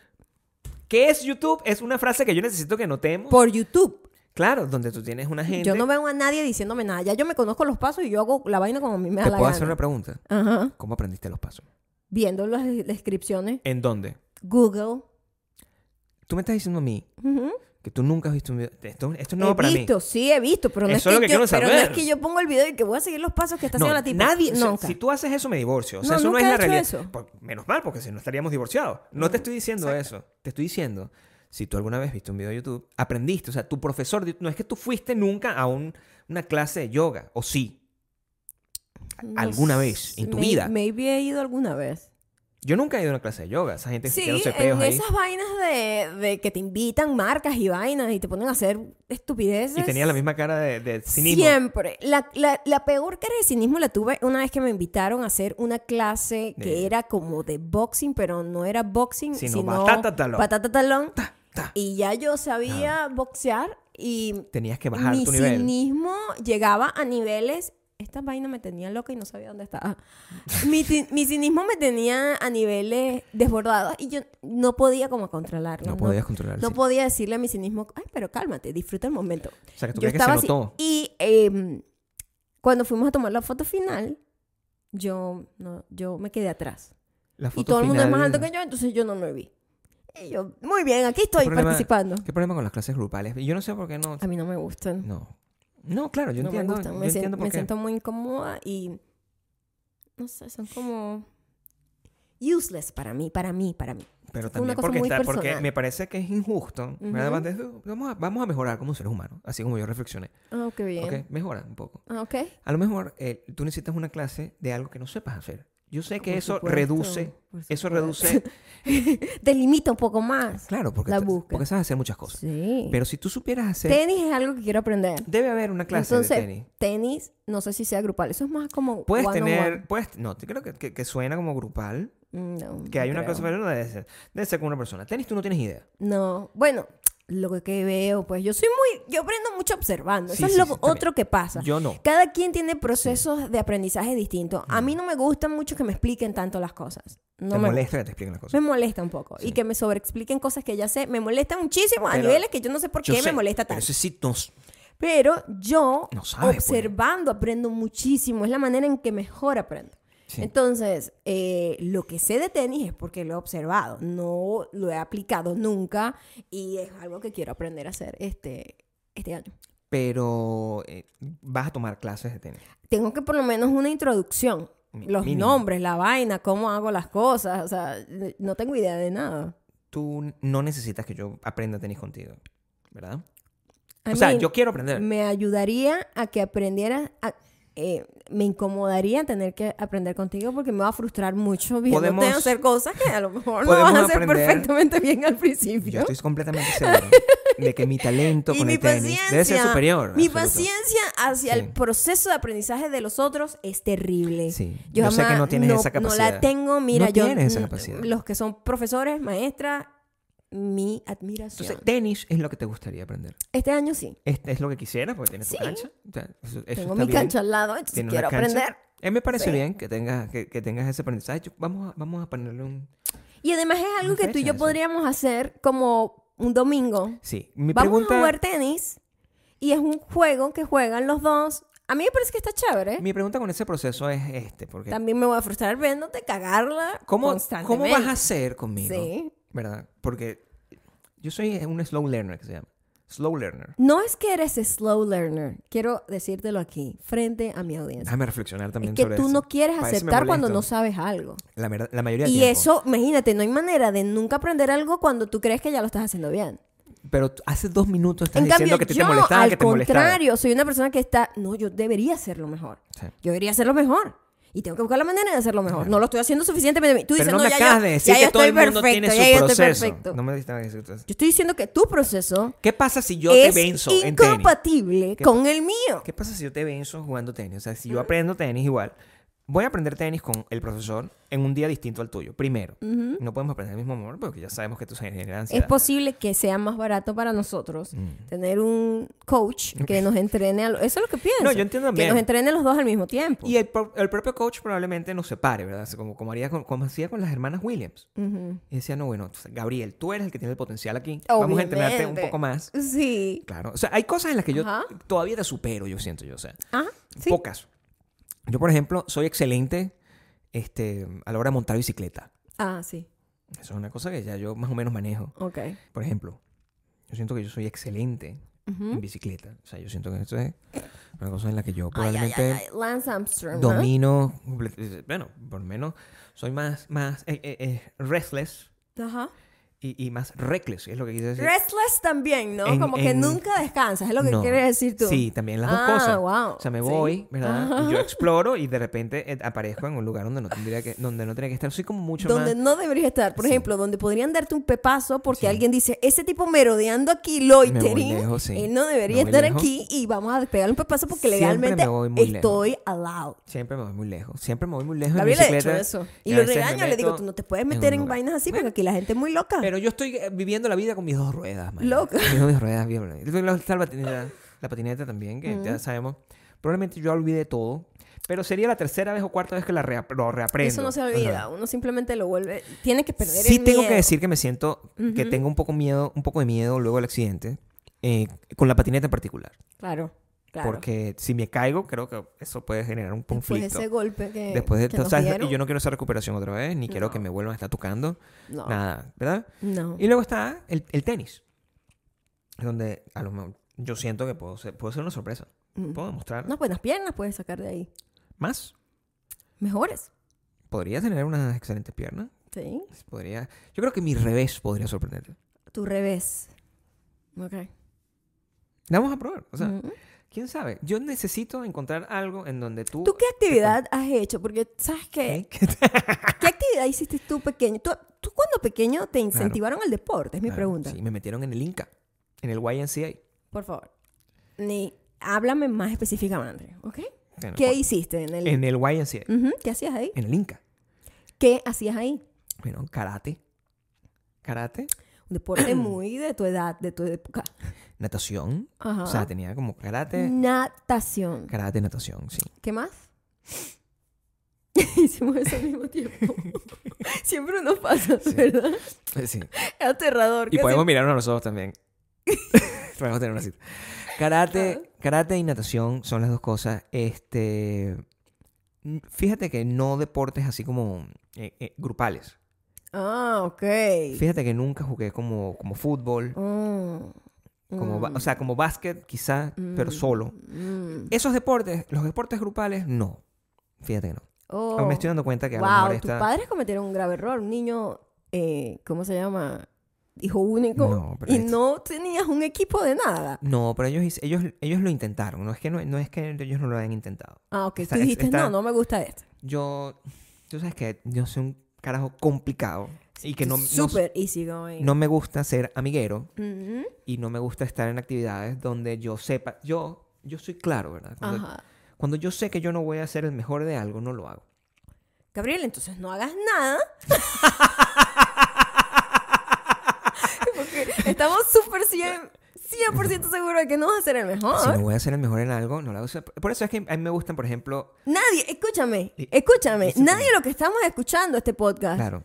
¿Qué es YouTube? Es una frase que yo necesito que notemos. Por YouTube. Claro, donde tú tienes una Mm. gente. Yo no veo a nadie diciéndome nada. Ya yo me conozco los pasos y yo hago la vaina como a mí me da Te la puedo gana. hacer una pregunta. Ajá. ¿Cómo aprendiste los pasos? Viendo las descripciones. ¿En dónde? Google. Tú me estás diciendo a mí Ujú. que tú nunca has visto un video. Esto, esto es nuevo he para visto, mí. sí, he visto, pero no, Eso es es lo que que yo, quiero pero no es saber. que yo pongo el video y que voy a seguir los pasos que está haciendo la tipa. nadie, o sea, Nunca. si tú haces eso me divorcio, o sea, No, eso no nunca es he la hecho realidad. eso. Por- menos mal, porque si no estaríamos divorciados. No te estoy diciendo eso, te estoy diciendo, si tú alguna vez viste un video de YouTube, aprendiste, o sea, tu profesor, de- no es que tú fuiste nunca a un- una clase de yoga, o sí. No alguna vez en tu may- vida. Maybe he ido alguna vez. Yo nunca he ido a una clase de yoga, esa gente se Sí, queda los en peos ahí. esas vainas de, de que te invitan marcas y vainas y te ponen a hacer estupideces. Y tenía la misma cara de, de cinismo. Siempre. La, la- la peor cara de cinismo la tuve una vez que me invitaron a hacer una clase que De- era como de boxing, pero no era boxing, sino, Sino batata talón. batata talón. ta. Y ya yo sabía boxear y Tenías que bajar mi tu nivel. cinismo llegaba a niveles... Esta vaina me tenía loca y no sabía dónde estaba. Mi, ti- mi cinismo me tenía a niveles desbordados y yo no podía como controlarlo. No podías controlar el No cinismo. podía decirle a mi cinismo, ay, pero cálmate, disfruta el momento. O sea, que tú Yo crees que se estaba así. notó. Y em, cuando fuimos a tomar la foto final, yo, no, yo me quedé atrás. La Y foto todo el mundo es más final- alto que yo, entonces yo no me vi. Y yo, muy bien, aquí estoy problema- participando. ¿Qué problema con las clases grupales? Yo no sé por qué no. A mí no me gustan. No. No, claro, yo Ah. no me entiendo. gustan. yo me, sien- entiendo por me qué. siento muy incómoda y. No sé, son como. Useless para mí, para mí, para mí. Pero fue una también cosa porque, muy está- porque personal. me parece que es injusto. Ujú. ¿verdad? Además de- vamos, a, vamos a mejorar como seres humanos, así como yo reflexioné. Ah, qué bien. ¿ok? Mejora un poco. Ah, ok. A lo mejor eh, tú necesitas una clase de algo que no sepas hacer. Yo sé que Por eso supuesto, reduce, por supuesto. eso reduce, Delimita un poco más. claro, porque, La te- busca. porque sabes hacer muchas cosas. Sí. Pero si tú supieras hacer, Tenis es algo que quiero aprender. debe haber una clase Entonces, de tenis. tenis, no sé si sea grupal. Eso es más como. Puedes one on tener, one. puedes, no, te- creo que, que- que suena como grupal, Mm, No, que no hay una creo. clase, pero no debe ser, debe ser con una persona. Tenis tú no tienes idea. No, bueno, lo que- que veo, pues yo soy muy. Yo aprendo mucho observando. Sí, Eso es sí, lo sí, también. otro que pasa. Yo no. Cada quien tiene procesos de aprendizaje distintos. A mí no me gusta mucho que me expliquen tanto las cosas. No te me molesta que te expliquen las cosas. Me molesta un poco. Y que me sobreexpliquen cosas que ya sé. Me molesta muchísimo a Pero- niveles que yo no sé por Yo qué sé, me molesta pero tanto. eso sí nos- Pero yo, No sabes, pues. observando, aprendo muchísimo. Es la manera en que mejor aprendo. Sí. Entonces, eh, lo que sé de tenis es porque lo he observado. No lo he aplicado nunca y es algo que quiero aprender a hacer este, este año. pero eh, vas a tomar clases de tenis. Tengo que por lo menos una introducción. Mi- Los mínimo. nombres, la vaina, cómo hago las cosas. O sea, n- no tengo idea de nada. Tú no necesitas que yo aprenda tenis contigo, ¿verdad? I o sea, mean, yo quiero aprender. me ayudaría a que aprendieras a- eh, me incomodaría tener que aprender contigo porque me va a frustrar mucho viéndote Podemos- hacer cosas que a lo mejor no podemos vas a hacer aprender- perfectamente bien al Yo principio. estoy completamente seguro de que mi talento Y con mi el tenis paciencia, debe ser superior. mi absoluto. paciencia hacia Sí. el proceso de aprendizaje de los otros es terrible. Sí. Yo sé que jamás- no tienes esa No capacidad. la tengo, mira, No yo tienes esa mm, capacidad. los que son profesores, maestras, mi admiración. Entonces, tenis es lo que te gustaría aprender. este año sí, Este es lo que quisieras porque tienes Sí. tu cancha. O sea, eso- eso tengo está mi bien. cancha al lado, entonces Tienes una quiero cancha. aprender. Eh, me parece Sí. bien que tengas, que, que tengas ese aprendizaje. Yo- Vamos a, vamos a ponerle un... Y además es algo Una que tú y fecha yo eso. podríamos hacer como un domingo. Sí, mi Vamos pregunta... a jugar tenis y es un juego que juegan los dos. A mí me parece que está chévere. Mi pregunta con ese proceso es este, porque ¿eh? También me voy a frustrar viéndote cagarla ¿cómo, ¿cómo constantemente. vas a hacer conmigo? Sí. ¿Verdad? Porque yo soy un slow learner, que se llama. Slow learner. No es que eres slow learner. Quiero decírtelo aquí, frente a mi audiencia. Déjame reflexionar Es también que sobre tú eso. no quieres Para eso me aceptar cuando no molesto. sabes algo. La, verdad- la mayoría del Y tiempo. eso, imagínate, no hay manera de nunca aprender algo cuando tú crees que ya lo estás haciendo bien. Pero tú- hace dos minutos estás En diciendo cambio, que te, te yo, molestaba, al que te molestaba. contrario, soy una persona que está, no, yo debería hacerlo mejor. Sí. Yo debería hacerlo mejor. Y tengo que buscar la manera de hacerlo mejor. No lo estoy haciendo suficientemente bien. Tú Pero dices, no me ya acabas yo- de decir ya que yo todo el estoy mundo tiene perfecto, su ya yo estoy proceso. perfecto. No me necesitas decir eso. Yo estoy diciendo que tu proceso ¿Qué pasa si yo es te venzo en tenis? incompatible ¿Qué con el mío. ¿Qué pasa si yo te venzo jugando tenis? O sea, si yo aprendo tenis igual, voy a aprender tenis con el profesor en un día distinto al tuyo. Primero, Ujú. no podemos aprender el mismo amor porque ya sabemos que tú generas Es ansiedad. posible que sea más barato para nosotros Mm. tener un coach que nos entrene. A lo- Eso es lo que pienso. No, yo entiendo Que también. nos entrene los dos al mismo tiempo. Y el, pro- el propio coach probablemente nos separe, ¿verdad? Así Como, como, haría con- como hacía con las hermanas Williams. Ujú. Y decía, no, bueno, Gabriel, tú eres el que tiene el potencial aquí. Vamos a entrenarte un Obviamente. poco más. Sí. Claro. O sea, hay cosas en las que yo Ajá. todavía te supero, yo siento yo. O sea, Ah, sí. pocas. Yo, por ejemplo, soy excelente este, a la hora de montar bicicleta. Ah, sí. Eso es una cosa que ya yo más o menos manejo. Ok. Por ejemplo, yo siento que yo soy excelente Ujú. en bicicleta. O sea, yo siento que esto es una cosa en la que yo Ay, ay, ay, probablemente ay, Lance Armstrong. ¿ah? domino. comple- Bueno, por lo menos soy más, más eh, eh, eh, restless Ajá. y, y más reckless, es lo que quise decir. Restless también, ¿no? En- Como que en- nunca descansas, es lo que No. quieres decir tú. Sí, también las dos Ah, cosas. wow. O sea, me Sí. voy, ¿verdad? Ajá. Y yo exploro y de repente eh, aparezco en un lugar donde no tendría que, donde no tendría que estar. Soy como mucho Donde más. no deberías estar. Por Sí. ejemplo, donde podrían darte un pepazo porque Sí. alguien dice, ese tipo merodeando aquí, Me voy loitering, lejos, sí. él no debería Me voy estar lejos. aquí y vamos a despegarle un pepazo porque Siempre legalmente me voy muy lejos. estoy allowed. Siempre me voy muy lejos. Siempre me voy muy lejos. en Gabriel ha hecho bicicleta. eso. Y Y a lo veces me regaño, le digo, meto tú no te puedes en un meter en lugar". vainas así porque aquí la gente es muy loca. Pero yo estoy eh, viviendo la vida con mis dos ruedas, man. Loco. Mis dos ruedas, bien. Está la patineta, la patineta también, que ya sabemos. Probablemente yo olvidé todo, pero sería la tercera vez o cuarta vez que la rea- lo reaprendo. Eso no se Ajá. olvida, uno simplemente lo vuelve, tiene que perder Sí el tengo que miedo. decir que me siento que tengo un poco miedo, un poco de miedo luego del accidente, eh, con la patineta en particular, Claro, claro. porque si me caigo creo que eso puede generar un Después de conflicto. ese golpe que, Después de que o nos sea, dieron, y yo no quiero esa recuperación otra vez, ni quiero No. que me vuelvan a estar tocando, no, nada, ¿verdad? no. Y luego está el, el tenis. Es donde a lo mejor yo siento que puedo ser, puedo ser una sorpresa. Mm. Puedo demostrar Unas buenas piernas puedes sacar de ahí. más. Mejores. Podría tener unas excelentes piernas. Sí. Podría. Yo creo que mi revés podría sorprenderte. Tu revés. Ok. La Vamos a probar. O sea, Ujú. quién sabe. Yo necesito encontrar algo en donde tú. ¿Eh? ¿Tú qué actividad has hecho? Porque, ¿sabes qué? ¿Qué? ¿Qué actividad hiciste tú pequeño? ¿Tú, tú cuando pequeño te incentivaron al deporte? Es mi Claro, pregunta. Sí, me metieron en el Inca, en el YNCA. Por favor. Ni, háblame más específicamente, ¿ok? Bueno, ¿Qué bueno, hiciste en el... En el YNCA, Ujú, ¿Qué hacías ahí? en el Inca. ¿Qué hacías ahí? Bueno, karate. Karate, Un deporte muy de tu edad, de tu época. natación. Ajá. Mm. O sea, tenía como karate, Natación. karate, natación, sí. ¿Qué más? Hicimos eso al mismo tiempo. Siempre nos pasa, Sí. ¿verdad? Eh, Sí. Es aterrador. Y que podemos mirarnos a los ojos también. podemos tener una cita. Karate, karate y natación son las dos cosas. Este, n- fíjate que no deportes así como eh, eh, grupales. se- Ah, ok. Fíjate que nunca jugué como, como fútbol, Mm. como ba- Mm. o eh, sea, como básquet quizá, pero Mm. solo. Mm. Esos deportes, los deportes grupales, no. Fíjate que no. Oh. Aún me estoy dando cuenta que a lo wow, mejor tus está... padres cometieron un grave error. Un niño, eh, ¿cómo se llama? Hijo único. No, pero y es- no tenías un equipo de nada. No, pero ellos, hic- ellos, ellos lo intentaron. No es, que no, no es que ellos no lo hayan intentado. Ah, ok. Está- Tú es- dijiste, está- no, no me gusta esto. Yo, tú sabes que yo soy un carajo complicado y que no, no, Super easy going. no me gusta ser amiguero Mhm. y no me gusta estar en actividades donde yo sepa, yo, yo soy claro, ¿verdad? Cuando, Ajá. cuando yo sé que yo no voy a ser el mejor de algo, no lo hago. Gabriel, entonces no hagas nada. Porque estamos súper 100%, 100 seguros de que no vas a ser el mejor. Si no voy a ser el mejor en algo, no lo hago. O sea, Por eso es que a mí me gustan, por ejemplo, Nadie, escúchame, Y- escúchame. Eso Nadie también. de lo que estamos escuchando este podcast claro.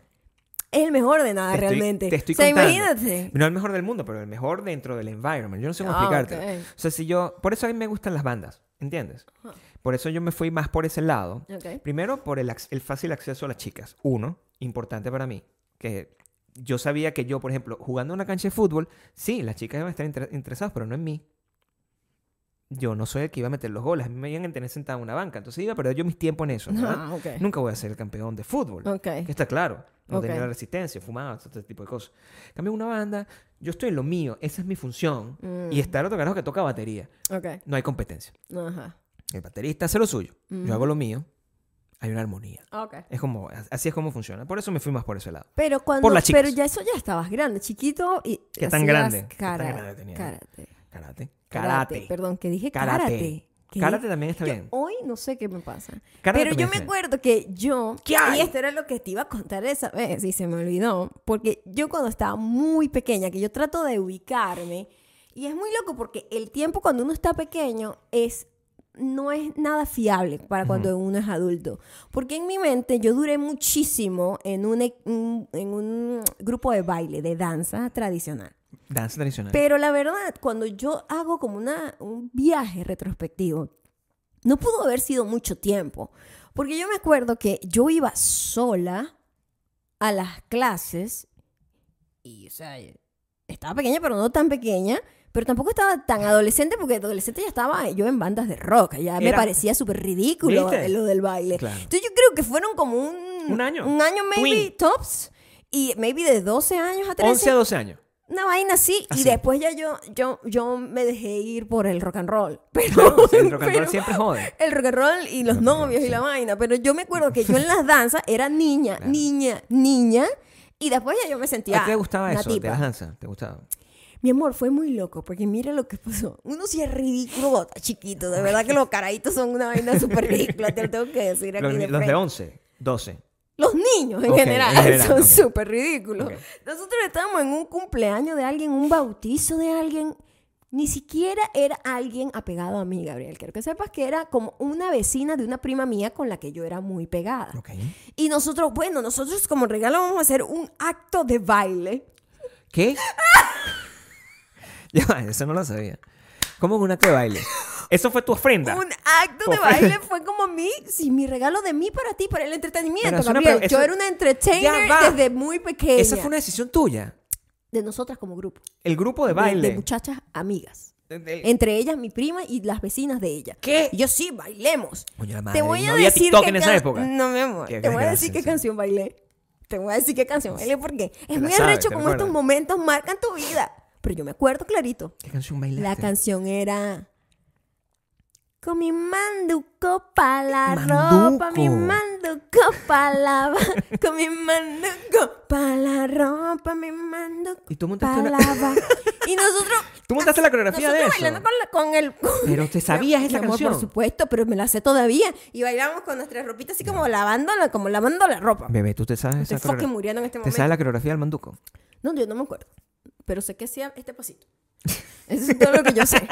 es el mejor de nada te estoy- realmente. te estoy o sea, contando. imagínate. No el mejor del mundo, pero el mejor dentro del environment. Yo no sé cómo Ah, explicártelo. ok. O sea, si yo... Por eso a mí me gustan las bandas, ¿entiendes? Por eso yo me fui más por ese lado. Ok. Primero, por el, ac- el fácil acceso a las chicas. Uno, importante para mí, que yo sabía que yo, por ejemplo, jugando en una cancha de fútbol, sí, las chicas iban a estar inter- interesadas, pero no en mí. Yo no soy el que iba a meter los goles. A mí me iban a tener sentado en una banca. Entonces iba a perder yo mis tiempos en eso. ¿verdad? Ah, ok. Nunca voy a ser el campeón de fútbol. Ok. Que está claro. No Ok. tenía la resistencia, fumaba, todo este tipo de cosas. En Cambio una banda, yo estoy en lo mío, esa es mi función. Mm. Y está el otro carajo que toca batería. Ok. No hay competencia. Ajá. El baterista hace lo suyo, Ujú. yo hago lo mío, hay una armonía. Ok. Es como, así es como funciona. Por eso me fui más por ese lado. Pero cuando. Por las chicas. Pero ya eso ya estabas grande, chiquito y. ¿Qué tan hacías grande? ¿Qué tan Cara, grande tenía? Karate. Karate. Karate. Karate. Perdón, que dije Karate. karate. ¿Qué? Cárate también está Yo bien. hoy no sé qué me pasa. Cárate Pero también yo me está bien. acuerdo que yo. ¿Qué hay? Y esto era lo que te iba a contar esa vez y se me olvidó. Porque yo cuando estaba muy pequeña, que yo trato de ubicarme. Y es muy loco porque el tiempo cuando uno está pequeño es no es nada fiable para cuando uno es adulto. Porque en mi mente yo duré muchísimo en un, e- un- en un grupo de baile, de danza tradicional. Danza tradicional. Pero la verdad, cuando yo hago como una, un viaje retrospectivo, no pudo haber sido mucho tiempo. Porque yo me acuerdo que yo iba sola a las clases y, o sea, estaba pequeña, pero no tan pequeña. Pero tampoco estaba tan adolescente, porque adolescente ya estaba yo en bandas de rock. Ya me Era- parecía súper ridículo ¿Viste? lo del baile. Claro. Entonces yo creo que fueron como un... Un año. Un año maybe, Tween. tops. Y maybe de 12 años a 13. 11 a 12 años. Una vaina así, Así. y después ya yo, yo, yo me dejé ir por el rock and roll. Pero, Claro, o sea, el rock and roll pero- siempre jode. el rock and roll y los El rock and roll, novios y sí. la vaina. Pero yo me acuerdo que yo en las danzas era niña, Claro. niña, niña. Y después ya yo me sentía. ¿A ti te gustaba una eso? ¿Te tipa. las danzas? ¿Te gustaba? Mi amor, fue muy loco, porque mira lo que pasó. Uno sí es ridículo, bota, chiquito. De verdad que los caraditos son una vaina súper ridícula, te lo tengo que decir aquí. Los, de los frente. de 11, 12. Los niños en Ok, general, en general, son ok. súper ridículos. Ok. Nosotros estábamos en un cumpleaños de alguien, un bautizo de alguien. Ni siquiera era alguien apegado a mí, Gabriel. Quiero que sepas que era como una vecina de una prima mía con la que yo era muy pegada. Ok. Y nosotros, bueno, nosotros como regalo vamos a hacer un acto de baile. ¿Qué? ya, va, eso no lo sabía. ¿Cómo que un acto de baile? Eso fue tu ofrenda. Un acto de Of- baile fue como mi, sí, mi regalo de mí para ti, para el Pero entretenimiento, es una Gabriel. pre- Yo eso- era una entertainer Ya va. desde muy pequeña. Esa fue una decisión tuya. De nosotras como grupo. El grupo de de- baile. de muchachas amigas. El- el- entre ellas mi prima y las vecinas de ella. ¿Qué? Y yo sí, bailemos. Coño, la madre, te voy no a había decir TikTok qué en esa can- época. No, mi amor. Qué te voy a desgracia, decir qué sí. canción bailé. Te voy a decir qué canción bailé porque es la muy sabes, arrecho te como estos acuerdas. momentos marcan tu vida. Pero yo me acuerdo clarito. ¿Qué canción bailaste? La canción era... Con mi manduco pa' la ropa, mi Manduco. manduco pa' la... va- Con mi manduco pa' la ropa, mi manduco Y tú montaste pa' una- la... va- Y nosotros... Tú montaste la coreografía de Nosotros eso. bailando con, la- con el... con- Pero te sabías Mi esa amor, canción. Por supuesto, pero me la sé todavía. Y bailamos con nuestras ropitas así como lavándola, como lavando la ropa. Bebé, tú te sabes Estoy esa coreografía. fucking muriendo en este ¿Te momento. sabes la coreografía del manduco? No, yo no me acuerdo. Pero sé que sea este pasito. Eso es todo lo que yo sé.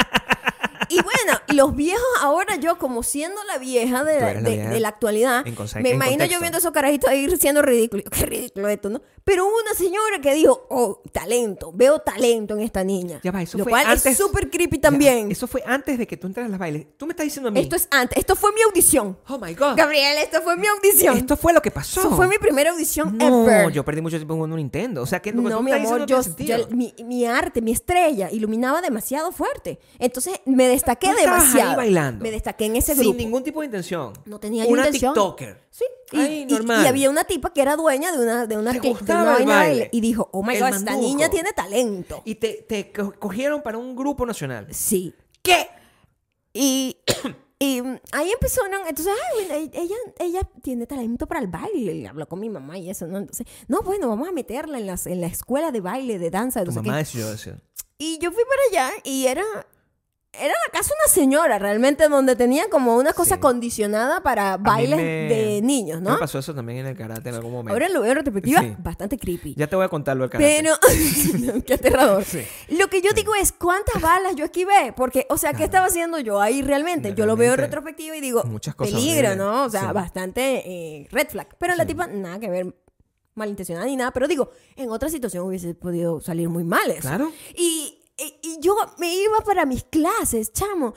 Y bueno, y los viejos ahora yo, como siendo la vieja de Tú la, eres la de- vieja de la actualidad, en conse- me en imagino yo contexto. viendo esos carajitos ahí siendo ridículo. Qué ridículo esto, ¿no? Pero hubo una señora que dijo, oh, talento, veo talento en esta niña. Ya va, eso lo fue cual es antes- súper creepy también. Ya, eso fue antes de que tú entraras a las bailes. Tú me estás diciendo a mí. Esto es antes. Esto fue mi audición. Oh my God. Gabriel, esto fue mi audición. Esto fue lo que pasó. Eso fue mi primera audición No, ever. yo perdí mucho tiempo jugando Nintendo. O sea, que lo que no, tú mi estás amor, yo, diciendo no tiene yo- mi, sentido. mi arte, mi estrella iluminaba demasiado fuerte. Entonces me destaqué Tú estabas ahí demasiado. bailando. Me destaqué en ese Sin grupo. ningún tipo de intención. No tenía yo Una intención. TikToker. Sí. Y, Ay, y- normal. y había una tipa que era dueña de una de una, Te que- de gustaba una el vaina de baile. baile y dijo, "Oh my El god, esta manduco. niña tiene talento." Y te, te co- cogieron para un grupo nacional. sí. ¿Qué? Y, y ahí empezaron, entonces, ay, bueno, e-, ella, ella tiene talento para el baile, y habló con mi mamá y eso, ¿no? Entonces, no, bueno, vamos a meterla en, las, en la escuela de baile, de danza, de Tu no sé mamá qué. decidió eso. Y yo fui para allá y era, era la casa de una señora realmente, donde tenía como una cosa Sí. condicionada para bailes me- de niños, Me ¿no? pasó eso también en el karate en algún momento. Ahora lo veo en retrospectiva, Sí. bastante creepy. Ya te voy a contar lo del karate. Pero, qué aterrador. Sí. Lo que yo digo es, ¿cuántas balas yo esquivé? Porque, o sea, ¿qué estaba haciendo yo ahí realmente? Yo lo veo en Realmente, retrospectiva y digo, muchas cosas peligro, horribles. ¿no? O sea, Sí. bastante eh, red flag. Pero la tipa, nada que ver, malintencionada ni nada. Pero digo, en otra situación hubiese podido salir muy mal eso. Claro. Y, y- y yo me iba para mis clases, chamo.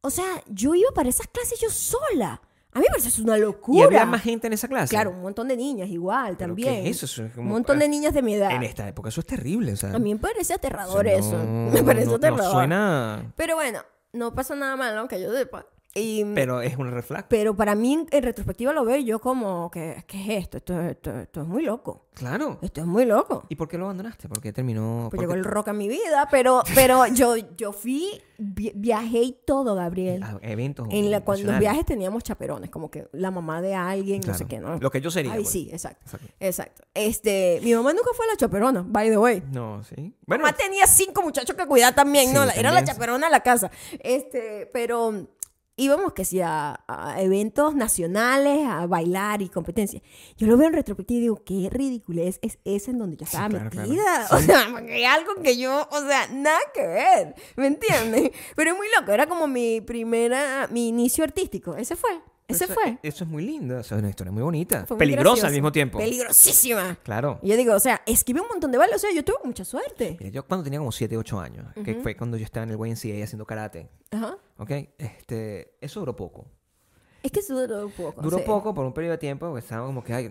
O sea, yo iba para esas clases yo sola. A mí me parece una locura. Y había más gente en esa clase. Claro, un montón de niñas igual ¿Pero también. qué es eso? Eso es un como- montón de niñas de mi edad. En esta época eso es terrible. O sea, A mí me parece aterrador o eso. sea, no- me parece no- no aterrador. suena, Pero bueno, no pasa nada malo, que yo sepa. Y- pero, pero es un red flag. para mí, en, en retrospectiva, lo veo yo como, que ¿qué es esto? Esto, esto? esto es muy loco. Claro. Esto es muy loco. ¿Y por qué lo abandonaste? ¿Por qué terminó? Pues por llegó qué- el rock a mi vida, pero, pero yo, yo fui, vi- viajé y todo, Gabriel. a eventos. En la, cuando los nacionales. viajes teníamos chaperones, como que la mamá de alguien, no sé Claro. qué, ¿no? Lo que yo sería. Ay, pues. sí, exacto. Exacto. Exacto. Este, mi mamá nunca fue la chaperona, by the way. No, sí. Mi Bueno, mamá tenía cinco muchachos que cuidar también, Sí, ¿no? La- Era la también. chaperona de la casa. Este, pero íbamos que sí a, a eventos nacionales, a bailar y competencias. Yo lo veo en retrospectiva y digo, qué ridiculez es esa en donde yo estaba claro, claro. metida. O Sí. sea, porque hay algo que yo, o sea, nada que ver, ¿me entiendes? Pero es muy loco, era como mi primera, mi inicio artístico. Ese fue, ese Eso- fue. Eso es muy lindo, eso es una historia muy bonita. Fue muy Peligrosa gracioso. al mismo tiempo. Peligrosísima. claro. Y yo digo, o sea, esquivé un montón de balas, o sea, yo tuve mucha suerte. Mira, yo cuando tenía como 7, 8 años, que fue cuando yo estaba en el YMCA haciendo karate, Ajá. ¿ok? Este, eso duró poco. Es que eso duró poco. Duró sí. poco por un periodo de tiempo, porque estaba como que... ay,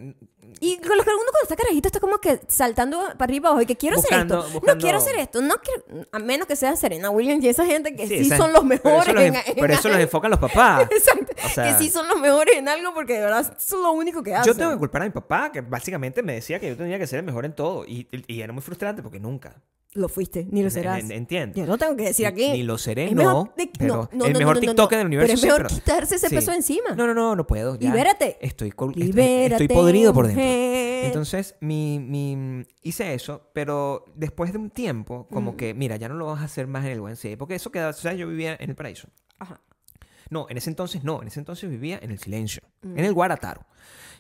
Y con los que uno cuando está carajito está como que saltando para arriba y para abajo y que quiero hacer Buscando- esto. No buscando- quiero hacer esto. No quiero- a menos que sea Serena Williams y esa gente que sí, esa- son los Pero mejores eso los, en- en- en pero eso los algo. enfocan los papás. Exacto. O sea- que sí son los mejores en algo porque de verdad son lo único que hacen. Yo tengo que culpar a mi papá, que básicamente me decía que yo tenía que ser el mejor en todo. Y, y era muy frustrante porque nunca. Lo fuiste, ni lo serás. En- en- entiendo. Yo no tengo que decir aquí. Ni lo seré, Es no, mejor de- pero no, no, el no, mejor no, no, no. TikToker del universo. Pero es sí, mejor quitarse ese sí. peso encima. No, no, no, no puedo. ya. Libérate. Estoy, col- estoy- Libérate, estoy podrido por dentro. mujer. Entonces, mi, mi- hice eso, pero después de un tiempo, como Mm. que, mira, ya no lo vas a hacer más en el YMCA. Porque eso queda, o sea, yo vivía en el paraíso. Ajá. No, en ese entonces no. En ese entonces vivía en el silencio, en el Guarataro.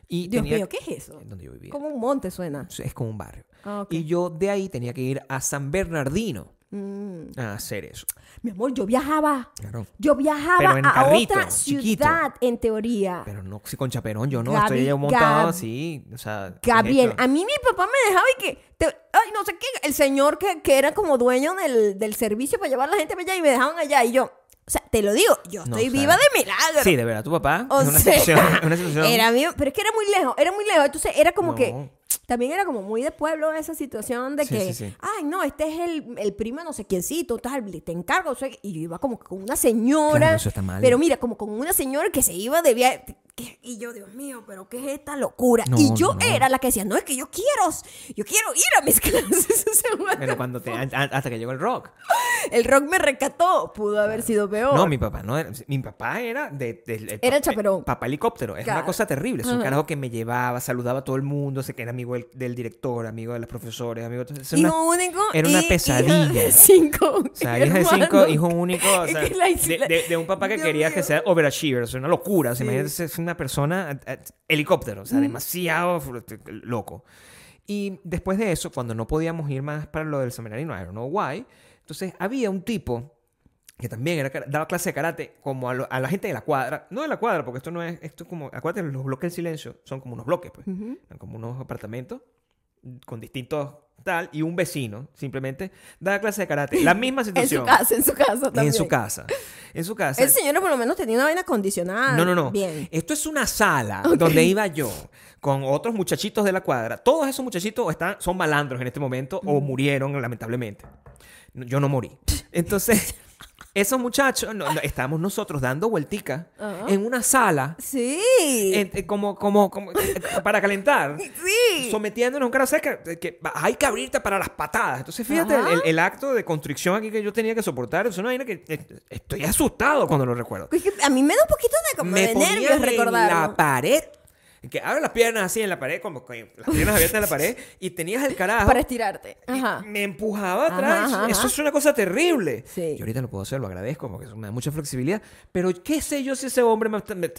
Y Mm. Dios tenía- mío, ¿qué es eso? en donde yo vivía. Como un monte suena. Es como un barrio. Ah, ok. Y yo de ahí tenía que ir a San Bernardino Mm. a hacer eso. Mi amor, yo viajaba. Claro. Yo viajaba Pero en a carrito, otra chiquito. ciudad, en teoría. Pero no, si con Chaperón yo no, Gabi- estoy ya montado Gab- así, o sea... Gabriel, perfecto. a mí mi papá me dejaba y que... te- ay, no sé qué, el señor que, que era como dueño del, del servicio para llevar a la gente para allá y me dejaban allá. Y yo, o sea, te lo digo, yo No, estoy o sea, viva de milagro. Sí, de verdad, tu papá O es una sea, situación... es una situación- Era mío, pero es que era muy lejos, era muy lejos. Entonces era como No. que también era como muy de pueblo esa situación de Sí, que, sí, sí. ay, no, este es el, el primo no sé quiéncito, tal, le- te encargo. o sea, y yo iba como que con una señora. Claro, eso está mal. Pero mira, como con una señora que se iba de viaje. que- Y yo, Dios mío, pero ¿qué es esta locura? No, y yo no. era la que decía, no, es que yo quiero, yo quiero ir a mis clases. O sea, what the Pero cuando te, an- an- hasta que llegó el rock. fuck. El rock me rescató, pudo haber sido peor. No, mi papá no era. Mi papá era de. de- el Era el pa- chaperón. Papá helicóptero. Es Claro. una cosa terrible. Es un Ajá. carajo que me llevaba, saludaba a todo el mundo. Sé que era amigo del, del director, amigo de los profesores, amigo. entonces, es una- hijo único. era una y hija pesadilla. de cinco. o sea, hija de cinco, hermanos. hijo único. o Es sea, que la isla- de, de- de un papá que Dios quería mío. que sea overachiever. Es una locura. O sea, Sí. imagínate, es una persona eh, eh, helicóptero. O sea, demasiado fru- loco. Y después de eso, cuando no podíamos ir más para lo del seminario, no I don't know why, entonces había un tipo que también era, cara- daba clase de karate como a, lo- a la gente de la cuadra, no de la cuadra, porque esto no es, esto es como, acuérdate, los bloques en silencio son como unos bloques, pues, Son como unos apartamentos mm, con distintos tal, y un vecino simplemente daba clase de karate, la misma En su situación. casa, en su casa también. En su casa. En su casa. El señor por lo menos tenía una vaina acondicionada. No, no, no. Ah, Bien. Esto es una sala donde iba yo con otros muchachitos de la cuadra. Todos esos muchachitos están, son malandros en este momento Mm. o murieron lamentablemente. No, Yo no morí. Entonces, esos muchachos, no, no, estábamos nosotros dando vuelticas Ajá. en una sala Sí. en- eh, como, como, como eh, para calentar. sí. Sometiéndonos a un carajo, ¿sabes? Que, que hay que abrirte para las patadas. Entonces, fíjate el, Ajá. el- el acto de constricción aquí que yo tenía que soportar. Es una vaina que eh, estoy asustado cuando lo recuerdo Es que a mí me da un poquito de, como de ponía nervios la recordarlo. pared. Que abre las piernas así en la pared, como que las piernas abiertas en la pared, y tenías el carajo. Para estirarte. Ajá. Me empujaba Ajá, atrás. ajá, eso ajá. es una cosa terrible. Sí. Yo ahorita lo puedo hacer, lo agradezco, porque eso me da mucha flexibilidad. Pero qué sé yo si ese hombre me- me-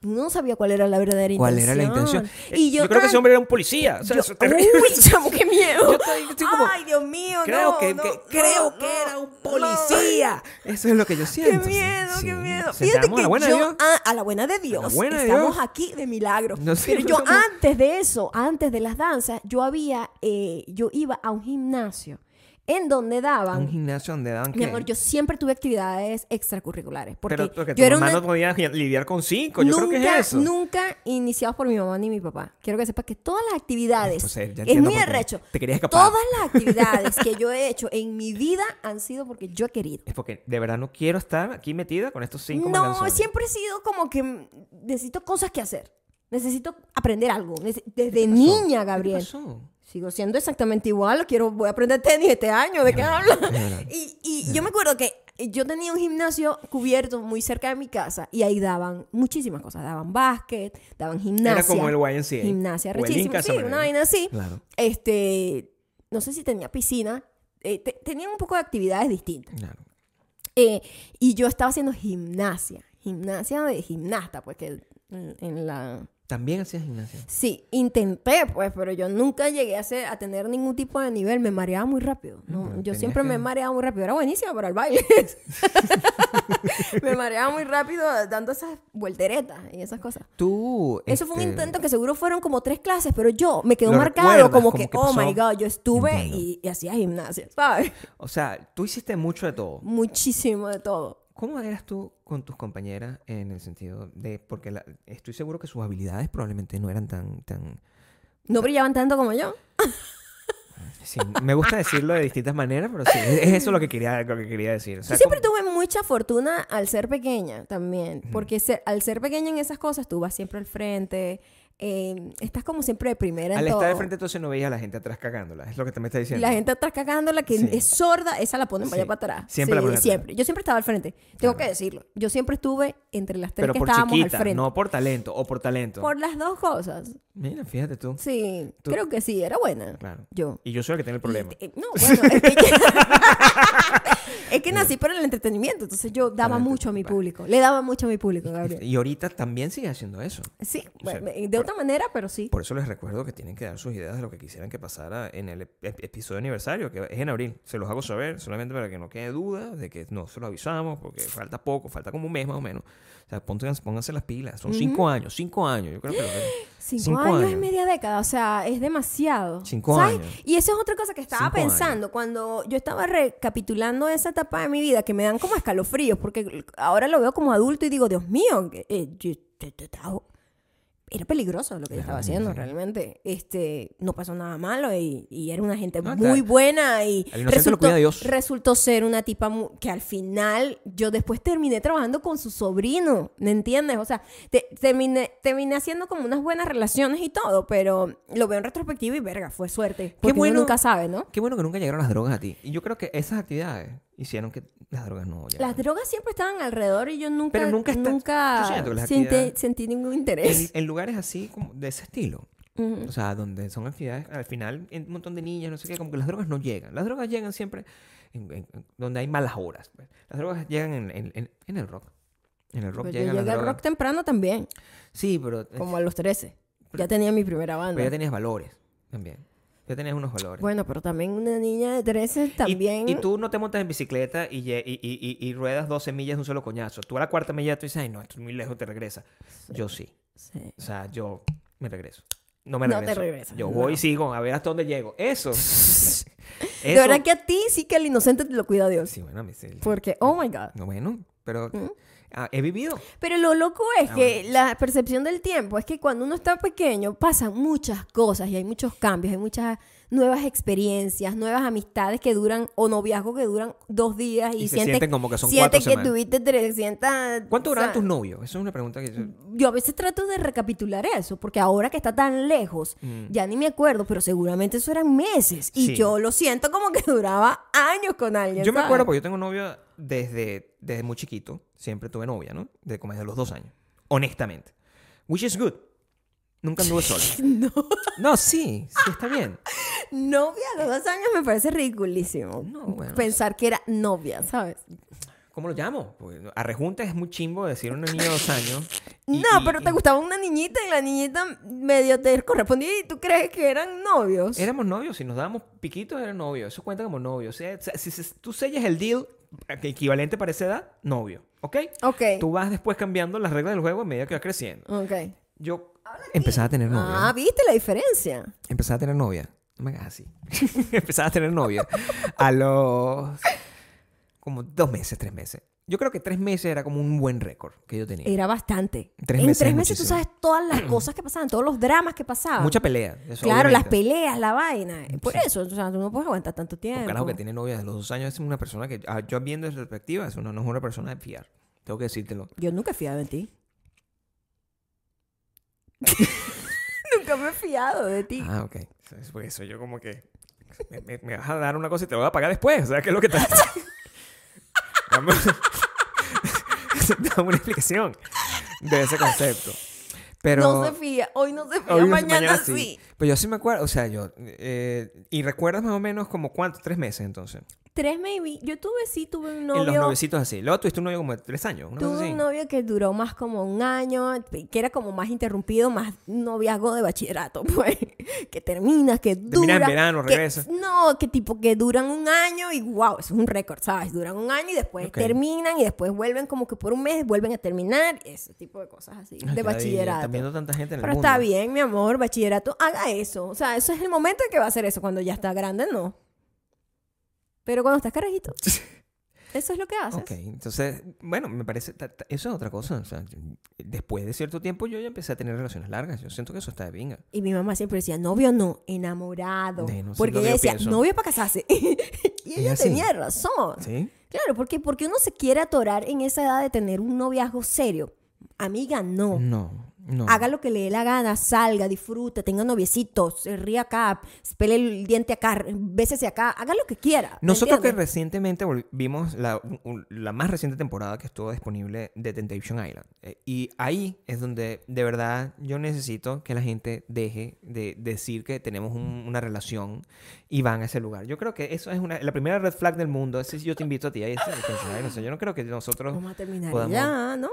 No sabía cuál era la verdadera ¿Cuál era intención. la intención? Y Eh, yo, creo que ah, ese hombre era un policía. O sea, yo- eso es terrible. Uy, chamo, qué miedo. Yo estoy- estoy como- Ay, Dios mío. creo no, que, no, que- no, creo no, que era un no. policía. Eso es lo que yo Qué siento. sí, miedo, sí. qué miedo. Se Fíjate llamó que la buena de yo, Dios. ah, a la buena de Dios, buena de estamos Dios. aquí de milagro. No sé, Pero yo somos- antes de eso, antes de las danzas, yo había, eh, yo iba a un gimnasio en donde daban, Un gimnasio donde daban mi que- amor, yo siempre tuve actividades extracurriculares porque, Pero porque tu yo era mamá una no podía lidiar con cinco. Yo nunca, creo que es eso. nunca iniciados por mi mamá ni mi papá. Quiero que sepas que todas las actividades. Entonces, Pues, ya es entiendo muy por qué arrecho. te querías escapar. todas las actividades que yo he hecho en mi vida han sido porque yo he querido. Es porque de verdad no quiero estar aquí metida con estos cinco No, malanzones. siempre he sido como que mm, necesito cosas que hacer. Necesito aprender algo. Nece- Desde niña, ¿Qué Gabriel. pasó? Sigo siendo exactamente igual. Quiero, voy a aprender tenis este año. ¿De qué hablas? verdad. Y, y yo me acuerdo que yo tenía un gimnasio cubierto muy cerca de mi casa y ahí daban muchísimas cosas. Daban básquet, daban gimnasia. Era como el YMCA. Gimnasia, ¿eh? O el rechísima. Inca Sí, Samaná. una vaina así. Claro. Este, no sé si tenía piscina. Eh, te- tenían un poco de actividades distintas. Claro. Eh, y yo estaba haciendo gimnasia. gimnasia de gimnasta, pues que en, en la... También hacías gimnasia. Sí, intenté, pues, pero yo nunca llegué a, hacer, a tener ningún tipo de nivel. Me mareaba muy rápido. ¿no? Bueno, yo tenías siempre que- me mareaba muy rápido. Era buenísima para el baile. me mareaba muy rápido dando esas volteretas y esas cosas. Tú. Eso fue un este, intento que seguro fueron como tres clases, pero yo me quedó Lo marcado recuerdas, como, como que, que oh pasó". my god, yo estuve Entiendo. y, y hacía gimnasia, ¿sabes? O sea, tú hiciste mucho de todo. Muchísimo de todo. ¿Cómo eras tú con tus compañeras en el sentido de.? Porque la- estoy seguro que sus habilidades probablemente no eran tan. tan No brillaban tanto como yo. sí, me gusta decirlo de distintas maneras, pero sí. Es es eso lo que quería, lo que quería decir. O sea, Yo siempre como- tuve mucha fortuna al ser pequeña también, porque ser- al ser pequeña en esas cosas tú vas siempre al frente, eh, estás como siempre de primera en Al estar de todo. frente, entonces no veías a la gente atrás cagándola. Es lo que te me está diciendo. La gente atrás cagándola que Sí. es sorda, esa la ponen para Sí. allá para atrás. Siempre la Sí, ponen atrás. siempre. Yo siempre estaba al frente. Tengo Claro. que decirlo. Yo siempre estuve entre las tres Pero que por estábamos chiquita, al frente. no por talento o por talento. Por las dos cosas. Mira, fíjate tú. Sí, Tú- creo que sí, era buena. Claro. Yo. Y yo soy el que tiene el problema. Y- eh, no, bueno, es que, es que nací para el entretenimiento, entonces yo daba Para el mucho a mi entreten- público. Le daba mucho a mi público, Gabriel. Y ahorita también sigue haciendo eso. Sí, bueno, sea, de otra manera, pero sí. Por eso les recuerdo que tienen que dar sus ideas de lo que quisieran que pasara en el ep- ep- episodio aniversario, que es en abril. Se los hago saber, solamente para que no quede duda de que no se los avisamos, porque falta poco, falta como un mes más o menos. O sea, pónganse, pónganse las pilas. Son cinco años, cinco años. Yo creo que lo Cinco, cinco años, es años. media década, o sea, es demasiado. Cinco años. Y eso es otra cosa que estaba Cinco pensando cuando yo estaba recapitulando esa etapa de mi vida, que me dan como escalofríos, porque ahora lo veo como adulto y digo, Dios mío, que- eh, yo- yo- yo estaba- era peligroso lo que yo estaba Claro, haciendo sí. realmente. Este, no pasó nada malo y, y era una gente No, muy claro. buena y Al inocente lo cuida Dios. resultó ser una tipa mu- que al final yo después terminé trabajando con su sobrino, ¿me entiendes? O sea, te- terminé, terminé haciendo como unas buenas relaciones y todo, pero lo veo en retrospectiva y verga, fue suerte. Porque bueno. uno nunca sabe, ¿no? Qué bueno que nunca llegaron las drogas a ti. Y yo creo que esas actividades hicieron que las drogas no llegaran. Las drogas siempre estaban alrededor y yo nunca, Pero nunca está- nunca Yo siento que las sentí, actividades- sentí ningún en, interés. en lugares así, como de ese estilo. Ujú. O sea, donde son actividades, al final, en un montón de niñas, no sé qué, como que las drogas no llegan. Las drogas llegan siempre en- en- en donde hay malas horas. pues. Las drogas llegan en, en- en- en el rock. En el Pero rock Pues, yo llegan las llegué al drogas. rock temprano también, Sí, pero, eh, como a los 13. Pero- Ya tenía mi primera banda. pero ya tenías valores también. Ya tenías unos valores. Bueno, pero también una niña de 13 Y- también. Y, tú no te montas en bicicleta y, lle- y, y- y- y ruedas 12 millas de un solo coñazo. Tú a la cuarta milla tú dices, ay, no, esto es muy lejos, te regresa. Yo sí. Sí. O sea, yo me regreso. No me No regreso. te regresas, Yo no. voy y sigo a ver hasta dónde llego. Eso. Eso. De verdad que a ti sí que el inocente te lo cuida Dios. Sí, bueno, me sé. Porque, oh my God. No, bueno, pero ¿Mm? ah, he vivido. Pero lo loco es Ah, que la percepción del tiempo es que cuando uno está pequeño pasan muchas cosas y hay muchos cambios, hay muchas nuevas experiencias, nuevas amistades que duran o noviazgos que duran dos días y, Y se sientes, sienten como que son sientes cuatro que semanas. tuviste 300... ¿Cuánto o sea, Mm, duraron tus novios? Esa es una pregunta que yo... Yo a veces trato de recapitular eso, porque ahora que está tan lejos, ya ni me acuerdo, pero seguramente eso eran meses. Y Mm. Sí. yo lo siento como que duraba años con alguien. Yo me ¿sabes? acuerdo porque yo tengo novia desde, desde muy chiquito. Siempre tuve novia, ¿no? De como desde los dos años. Honestamente. Which is good. Nunca anduve sola. No. No, sí. Sí, está bien. Novia a los dos años me parece ridiculísimo. No, bueno. Pensar que era novia, ¿sabes? ¿Cómo lo llamo? Porque arrejunta es muy chimbo decir a una niña de dos años. y- no, y- pero te y- gustaba una niñita y la niñita medio te correspondía y tú crees que eran novios. Éramos novios, si nos dábamos piquitos, eran novios. Eso cuenta como novios. O sea, o sea, si, se- tú sellas el deal eh, que equivalente para esa edad, novio. ¿Ok? Ok. Tú vas después cambiando las reglas del juego a medida que vas creciendo. Ok. Yo empezaba a tener novia. Ah, ¿viste la diferencia? Empezaba a tener novia. No me hagas así. empezaba a tener novia a los. como dos meses, tres meses. Yo creo que tres meses era como un buen récord que yo tenía. Era bastante. Tres en meses tres es meses tú muchísimo. sabes todas las cosas que pasaban, todos los dramas que pasaban. Mucha pelea. eso Claro, las obviamente. peleas, la vaina. Por eso, o sea, tú no puedes aguantar tanto tiempo. Un carajo que tiene novia de los dos años es una persona que, ah, yo viendo desde perspectiva, es una, no es una persona de fiar. Tengo que decírtelo. Yo nunca he fiado de ti. nunca me he fiado de ti. Ah, ok. Es por eso yo como que... Me, me- me vas a dar una cosa y te lo voy a pagar después. O sea, ¿qué es lo que estás haciendo? Dame, dame una explicación de ese concepto. Pero... No se fía. Hoy no se fía, hoy- mañana, sí. Pues Pero yo sí me acuerdo, o sea, yo... eh, y recuerdas más o menos como cuánto, tres meses entonces. tres, maybe. Yo tuve, sí, tuve un novio. En los novecitos así. Luego tuviste un novio como de tres años. una cosa Tuve así. un novio que duró más como un año, que era como más interrumpido, más noviazgo de bachillerato, pues. Que termina, que dura. en verano, que- regresa. No, que tipo que duran un año y wow, eso es un récord, ¿sabes? Duran un año y después Ok. terminan y después vuelven como que por un mes vuelven a terminar, ese tipo de cosas así, Ay, de qué maravilla, bachillerato. Están viendo tanta gente en el Pero mundo. está bien, mi amor, bachillerato, haga eso. O sea, eso es el momento en que va a hacer eso. Cuando ya está grande, no. Pero cuando estás carajito, eso es lo que haces. Ok, entonces, bueno, me parece, ta- ta- eso es otra cosa. O sea, yo- después de cierto tiempo yo ya empecé a tener relaciones largas. Yo siento que eso está de pinga. Y mi mamá siempre decía, novio no, enamorado. De, no sé, porque lo que ella yo decía, pienso. novio para casarse. y ella Ella sí. tenía razón. ¿Sí? Claro, porque, porque uno se quiere atorar en esa edad de tener un noviazgo serio. Amiga, no. No, no. Haga lo que le dé la gana, salga, disfruta, tenga noviecitos, se ría acá, pele el diente acá, bésese acá, haga lo que quiera. ¿me Nosotros que entiendes? recientemente vol- vimos la, un- un- la más reciente temporada que estuvo disponible de Temptation Island. eh, y ahí es donde de verdad yo necesito que la gente deje de decir que tenemos un- una relación y van a ese lugar. Yo creo que eso es una, la primera red flag del mundo. Ese, yo te invito a ti a ese Temptation Island. O sea, yo no creo que nosotros... Vamos a terminar podamos- ya, ¿no?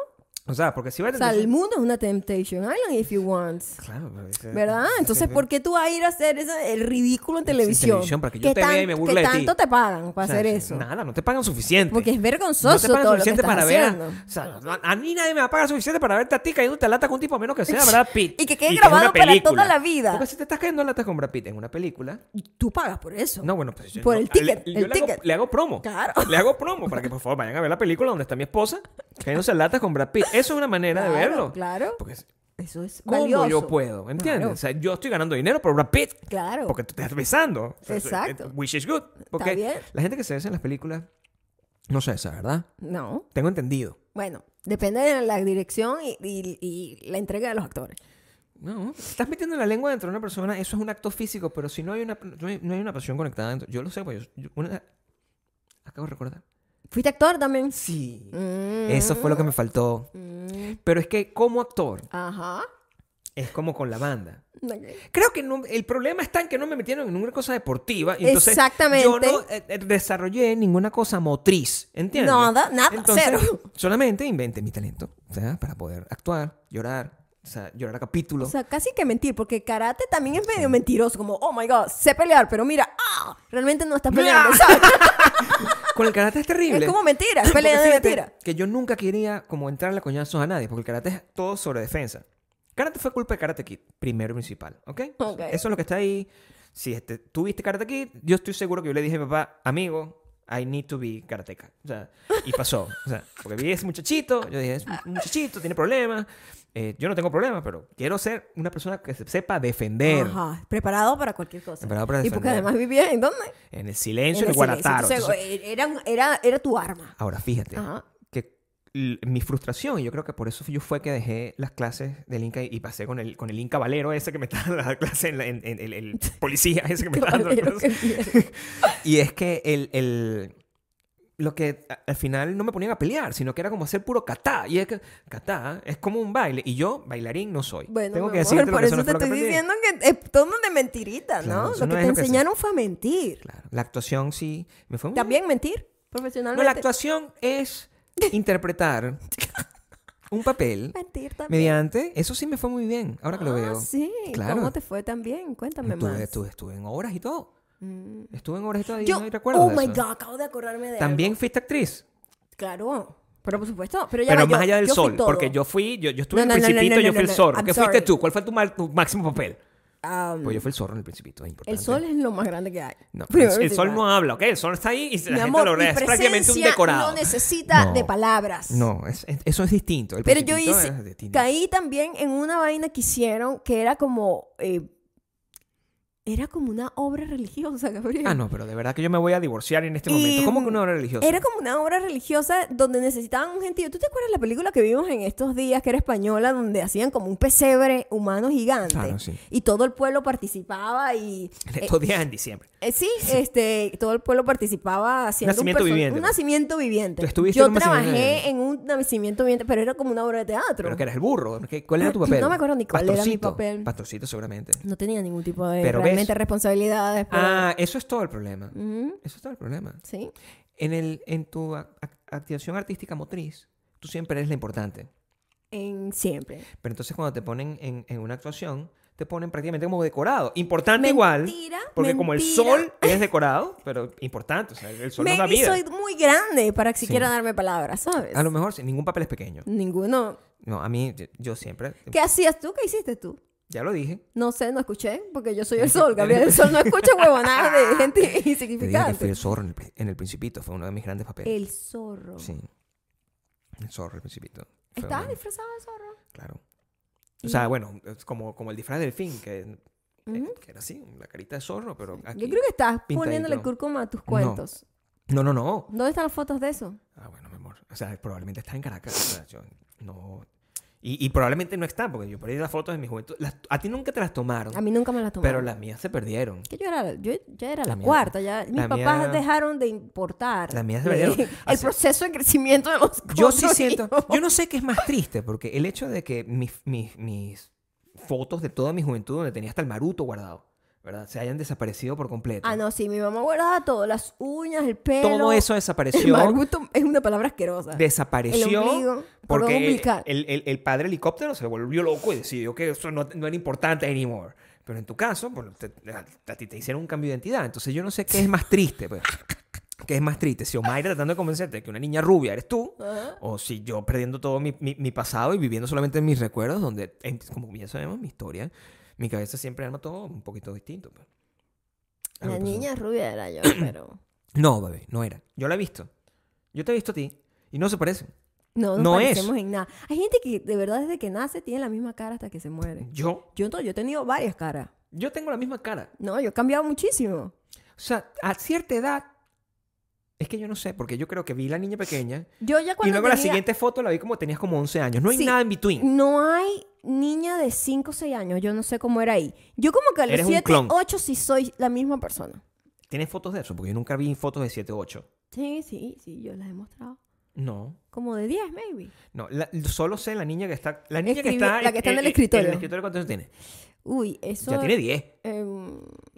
O sea, porque si va a O sea, Temptation- el mundo es una temptation island if you want. Claro, pero ese- ¿Verdad? ese- Entonces, ¿por qué tú vas a ir a hacer ese- el ridículo en televisión? televisión, para que yo ¿Qué te vea y tan- me burle ¿qué de ti? tanto te pagan para o sea, hacer eso? Nada, no te pagan suficiente. Porque es vergonzoso no te pagan todo lo que suficiente estás para ver. haciendo. a- O sea, no- a mí nadie me va a pagar suficiente para verte a ti cayéndote a lata con un tipo, a menos que sea Brad Pitt. Y que quede es grabado una para toda película. la vida. Porque si te estás cayendo a lata con Brad Pitt en una película. Y Tú pagas por eso. No, bueno, pues yo. Por no- el ticket, Le, el yo le hago- ticket. le hago promo. Claro. Le hago promo para que por favor vayan a ver la película donde está mi esposa cayéndose a lata con Brad Pitt. Eso es una manera de Claro, verlo. claro. Porque es- Eso es ¿Cómo valioso. yo puedo? ¿Entiendes? Claro. O sea, yo estoy ganando dinero por Brad Pitt. Claro. Porque tú te estás besando. O sea, Exacto. Which is good. Porque bien. la gente que se besa en las películas no se besa, ¿verdad? No. Tengo entendido. Bueno, depende de la dirección y, y- y la entrega de los actores. No, estás metiendo la lengua dentro de una persona, eso es un acto físico, pero si no hay una, no hay, no hay una pasión conectada dentro. Yo lo sé, pues yo, yo- una- acabo de recordar. ¿Fuiste actor también? Sí. Mm, Eso fue lo que me faltó. mm, Pero es que como actor, Ajá. es como con la banda. Ok. Creo que no- el problema está en que no me metieron en ninguna cosa deportiva. Y entonces Exactamente. Yo no eh, eh, desarrollé ninguna cosa motriz, ¿entiendes? Nada, nada, cero. Solamente inventé mi talento, o sea, para poder actuar, llorar, o sea, llorar a capítulo. O sea, casi que mentir, porque karate también es medio mentiroso, como, oh my god, sé pelear, pero mira, ah, realmente no estás peleando, Bla. ¿sabes? con el karate es terrible. Es como mentira, es Porque pelea de fíjate mentira. Que yo nunca quería como entrarle a coñazos a nadie, porque el karate es todo sobre defensa. Karate fue culpa de Karate Kid, primero y principal, ¿ok? Ok. Eso es lo que está ahí. Si este, tú viste Karate Kid, yo estoy seguro que yo le dije a mi papá, amigo, I need to be karateca. O sea, y pasó. O sea, porque vi a ese muchachito, yo dije, es Ah. un muchachito, tiene problemas. Eh, yo no tengo problemas, pero quiero ser una persona que se- sepa defender. Ajá, preparado para cualquier cosa. Preparado para y porque defender. además vivías en dónde? En el silencio, en el, el silencio. Guarataro. Entonces, eh, era, Entonces, era, era tu arma. Ahora, fíjate Ajá. que l- mi frustración, y yo creo que por eso yo fue que dejé las clases del Inca y, y pasé con el, con el Inca Valero ese que me está dando la clase, en la- en- en- el, el policía ese que me está dando la Caballero clase. que viene. Y es que el, el- lo que a- al final no me ponían a pelear, sino que era como hacer puro catá. Y es que catá es como un baile, y yo bailarín no soy. Bueno, Tengo mi que amor, decirte lo por que eso no te fue lo que estoy aprendí. diciendo que es todo de mentirita, Claro, ¿no? eso Lo que no te es lo que se- enseñaron fue a mentir. Claro, la actuación sí me fue muy bien. También mentir No, la profesionalmente. actuación es interpretar un papel mentir también. mediante. Eso sí me fue muy bien, ahora que lo Ah, veo. sí. Claro. ¿Cómo te fue también? Cuéntame Estuve, más. estuve, estuve en obras y todo. Mm. Estuve en obras y todo. y Yo, no recuerdo oh de my eso. god, acabo de acordarme de También fuiste actriz. algo. Claro. Pero por supuesto. Pero, ya Pero va, yo- más allá del yo fui sol. todo. Porque yo fui, yo, yo estuve No, en no, el no, no, Principito no, y yo no, fui no, el zorro. I'm ¿Qué fuiste sorry. tú? ¿Cuál fue tu, mal- tu máximo papel? Am, Pues yo fui el zorro en el Principito, es importante. el sol es lo más grande que hay. No, el, Primero el sol principal. no habla, ¿ok? El sol está ahí y la Mi gente amor, lo mi ve. Es prácticamente un presencia decorado. No necesita No. de palabras. No, es- es- eso es distinto. El Pero yo Principito hice, es distinto. caí también en una vaina que hicieron que era como, eh, era como una obra religiosa, Gabriel. Ah, no, pero de verdad que yo me voy a divorciar en este Y- momento. ¿Cómo que una obra religiosa? Era como una obra religiosa donde necesitaban un gentío. ¿Tú te acuerdas la película que vimos en estos días, que era española, donde hacían como un pesebre humano gigante? Claro, sí. Y todo el pueblo participaba y... En estos días en diciembre. eh, sí, este, todo el pueblo participaba haciendo Nacimiento un, perso- viviente, un ¿no? nacimiento viviente. Tú estuviste en Yo un nacimiento trabajé viviente. en un nacimiento viviente, pero era como una obra de teatro. Pero que eras el burro. ¿Qué- ¿Cuál era tu papel? No me Ah, acuerdo ni cuál era mi Pastorcito. papel. Pastorcito, seguramente. No tenía ningún tipo de Pero totalmente responsabilidades. pero- Ah, eso es todo el problema. Ujú, Eso es todo el problema. Sí. En, el, en tu ac- ac- activación artística motriz, tú siempre eres la importante. En siempre. Pero entonces cuando te ponen en, en una actuación, te ponen prácticamente como decorado. Importante igual. Mentira, Porque como el mentira. sol es decorado, pero importante. O sea, el sol nos da Maybe vida. soy muy grande para que Sí. siquiera darme palabras, ¿sabes? A lo mejor sí, ningún papel es pequeño. Ninguno. No, a mí, yo, yo siempre, ¿Qué hacías tú? ¿Qué hiciste tú? ya lo dije. No sé, no escuché, porque yo soy el sol. Gabriel el sol no escucha huevonadas de gente Ah, Te dije que fui insignificante. el zorro en el, pri- en El Principito. Fue uno de mis grandes papeles. El zorro. Sí. El zorro, El Principito. Fue ¿Estabas uno de- disfrazado de zorro? Claro. O sea, bueno, es como, como el disfraz del fin, que, eh, Ujú. que era así, la carita de zorro, pero aquí... Yo creo que estás pintadito. poniéndole cúrcuma a tus cuentos. No, no, no. ¿Dónde están las fotos de eso? Ah, bueno, mi amor. O sea, probablemente está en Caracas. O sea, yo no... Y, y probablemente no está, porque yo perdí las fotos de mi juventud. Las- a ti nunca te las tomaron, A mí nunca me las tomaron. pero las mías se perdieron. Que yo era, yo ya era la, La mía- cuarta, ya mis la papás mía- dejaron de importar. La mía de- se perdieron. El Hace- proceso de crecimiento de los Yo sí cuatro siento. hijos. Yo no sé qué es más triste, porque el hecho de que mis, mis, mis fotos de toda mi juventud, donde tenía hasta el maruto guardado, ¿verdad? Se hayan desaparecido por completo. Ah, no, sí, mi mamá guardaba todo, las uñas, el pelo. Todo eso El desapareció. marguto es una palabra asquerosa. desapareció. El ombligo, cordón porque umbilical. el, el- el padre helicóptero se volvió loco y decidió que eso no, no era importante anymore. Pero en tu caso, bueno, te- a, a ti te hicieron un cambio de identidad. Entonces yo no sé qué es más triste. Pues. ¿Qué es más triste? Si Omaira tratando de convencerte de que una niña rubia eres tú, Ajá. o si yo perdiendo todo mi, mi- mi pasado y viviendo solamente en mis recuerdos, donde, en- como ya sabemos, mi historia, mi cabeza siempre arma todo un poquito distinto. pues. Algo La pasó. niña rubia era yo, pero. No, bebé, no era. Yo la he visto. Yo te he visto a ti. Y no se parecen. No, nos No parecemos en nada. Hay gente que de verdad desde que nace tiene la misma cara hasta que se muere. Yo Yo no, yo he tenido varias caras. Yo tengo la misma cara. No, yo he cambiado muchísimo. O sea, a cierta edad. Es que yo no sé, porque yo creo que vi la niña pequeña Yo ya y cuando. luego la tenía- siguiente foto la vi como tenías como 11 años. No hay Sí. nada en between. No hay niña de 5 o 6 años. Yo no sé cómo era ahí. Yo como que a Eres los un 7, clon. 8 sí soy la misma persona. ¿Tienes fotos de eso? Porque yo nunca vi fotos de 7, 8. Sí, sí, sí, yo las he mostrado. No. Como de 10, maybe. No, la- solo sé la niña que está. La niña Escribe- que está. eh, la que está en el escritorio. ¿El escritorio cuántos años tiene? Uy, eso... Ya tiene 10. em,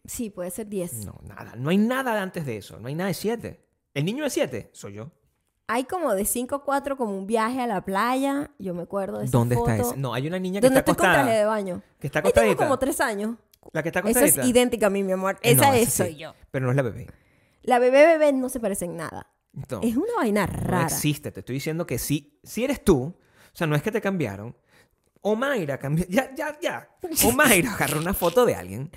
sí, puede ser 10. No, nada. No hay nada de antes de eso. No hay nada de 7. El niño de 7 soy yo. Hay como de 5 a 4 como un viaje a la playa. Yo me acuerdo de esa ¿Dónde foto. está ese? No, hay una niña que Donde está estoy con traje acostada. de baño. Que está Ahí tengo acostadita. como 3 años. La que está Esa acostadita. es idéntica a mí, mi amor. Eh, no, Esa es, esa sí. soy yo. Pero no es la bebé. La bebé bebé no se parece en nada. No. Es una vaina rara. No existe. Te estoy diciendo que sí, si eres tú, o sea, no es que te cambiaron. Omaira cambió. Ya, ya, ya. Omaira agarró una foto de alguien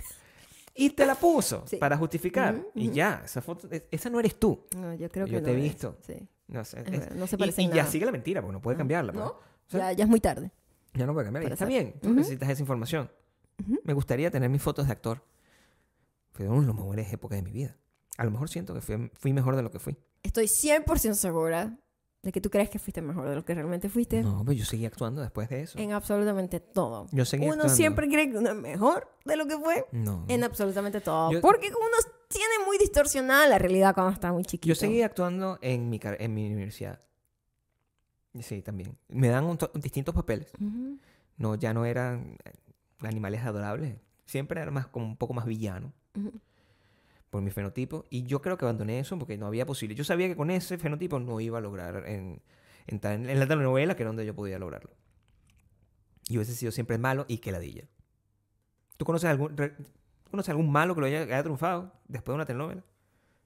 y te la puso Sí. para justificar. Y ya, esa foto, e- esa no eres tú. No, yo creo que Yo no te he es. visto. Sí. No sé. Es verdad, no se y- parece y, en ya nada. Ah, sigue la mentira, porque no puede cambiarla. ¿No? ¿no? Sí. Ya, ya es muy tarde. Ya no puede cambiarla. y Puede Está ser. bien, tú Ujú. necesitas esa información. Me gustaría tener mis fotos de actor. Fue una de las mejores épocas de mi vida. A lo mejor siento que fui, fui mejor de lo que fui. Estoy 100% segura de que tú crees que fuiste mejor de lo que realmente fuiste No, pero yo seguí actuando después de eso. en absolutamente todo. Yo seguí Uno actuando. siempre cree que uno es mejor de lo que fue No. en absolutamente todo. Yo- porque uno tiene muy distorsionada la realidad cuando está muy chiquito. Yo seguí actuando en mi, car- en mi universidad. Sí, también. Me dan un to- distintos papeles. Ujú. No, ya no eran eh, animales adorables. Siempre era más, como un poco más villano Ujú. por mi fenotipo. Y yo creo que abandoné eso porque no había posible. Yo sabía que con ese fenotipo no iba a lograr en, entrar en, en la telenovela, que era donde yo podía lograrlo. Y hubiese sido siempre malo y que ladilla. ¿Tú conoces algún, re- conoces algún malo que lo haya, que haya triunfado después de una telenovela?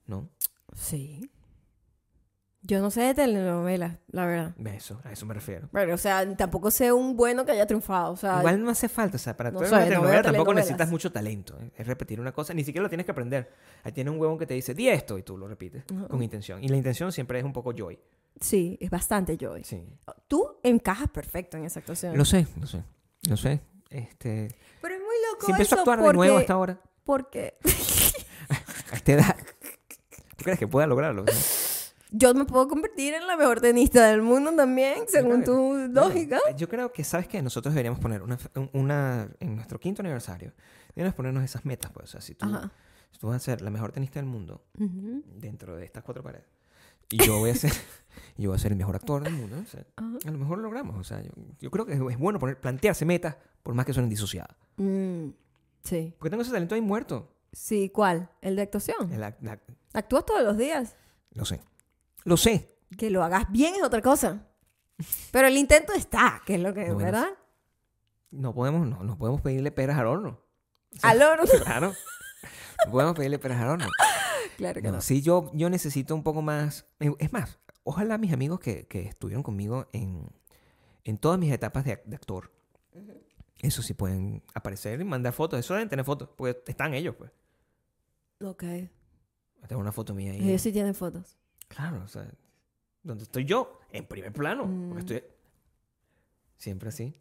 No. Sí. Yo no sé de telenovelas, la verdad. A Eso, a eso me refiero. Pero, o sea, tampoco sé un bueno que haya triunfado. O sea, Igual no hace falta, o sea, para no todo sé, una no veo telenovela tampoco telenovelas. necesitas mucho talento. ¿eh? Es repetir una cosa, ni siquiera lo tienes que aprender. Ahí tiene un huevón que te dice, di esto, y tú lo repites Ujú. con intención. Y la intención siempre es un poco joy. sí, es bastante Joy. Sí. Tú encajas perfecto en esa actuación. Lo sé, lo sé, lo sé. Este, Pero es muy loco si empiezo eso a actuar de porque- nuevo hasta ahora, Porque a esta edad, ¿tú crees que pueda lograrlo? no? yo me puedo convertir en la mejor tenista del mundo también, según creo tu lógica. Bueno, yo creo que, ¿sabes qué? Nosotros deberíamos poner una, una, en nuestro quinto aniversario, deberíamos ponernos esas metas, pues. O sea, si tú, Ajá. si tú vas a ser la mejor tenista del mundo, Ujú, dentro de estas cuatro paredes. Y yo voy a ser, y yo voy a ser el mejor actor del mundo. ¿no? O sea, ajá. a lo mejor lo logramos. O sea, yo, yo creo que es, es bueno poner, plantearse metas, por más que suenen disociadas. Mm, Sí. Porque tengo ese talento ahí muerto. Sí, ¿cuál? ¿El de actuación? El ac- la- ¿Actúas todos los días? lo sé. Lo sé. Que lo hagas bien es otra cosa. Pero el intento está, que es lo que, Bueno, ¿verdad? No podemos, no, no podemos pedirle peras al horno. O sea, Al oro. Claro. No podemos pedirle peras al horno. Claro que No, no. sí, yo, yo necesito un poco más. eh, Es más, ojalá mis amigos que, que estuvieron conmigo en, en todas mis etapas de, ac- de actor, eso sí pueden aparecer y mandar fotos. Eso deben tener fotos, porque están ellos, pues. Ok. Eh, Tengo una foto mía ahí. Ellos sí tienen fotos. Claro, o sea, donde estoy yo, en primer plano. Mm. Porque estoy. Siempre así.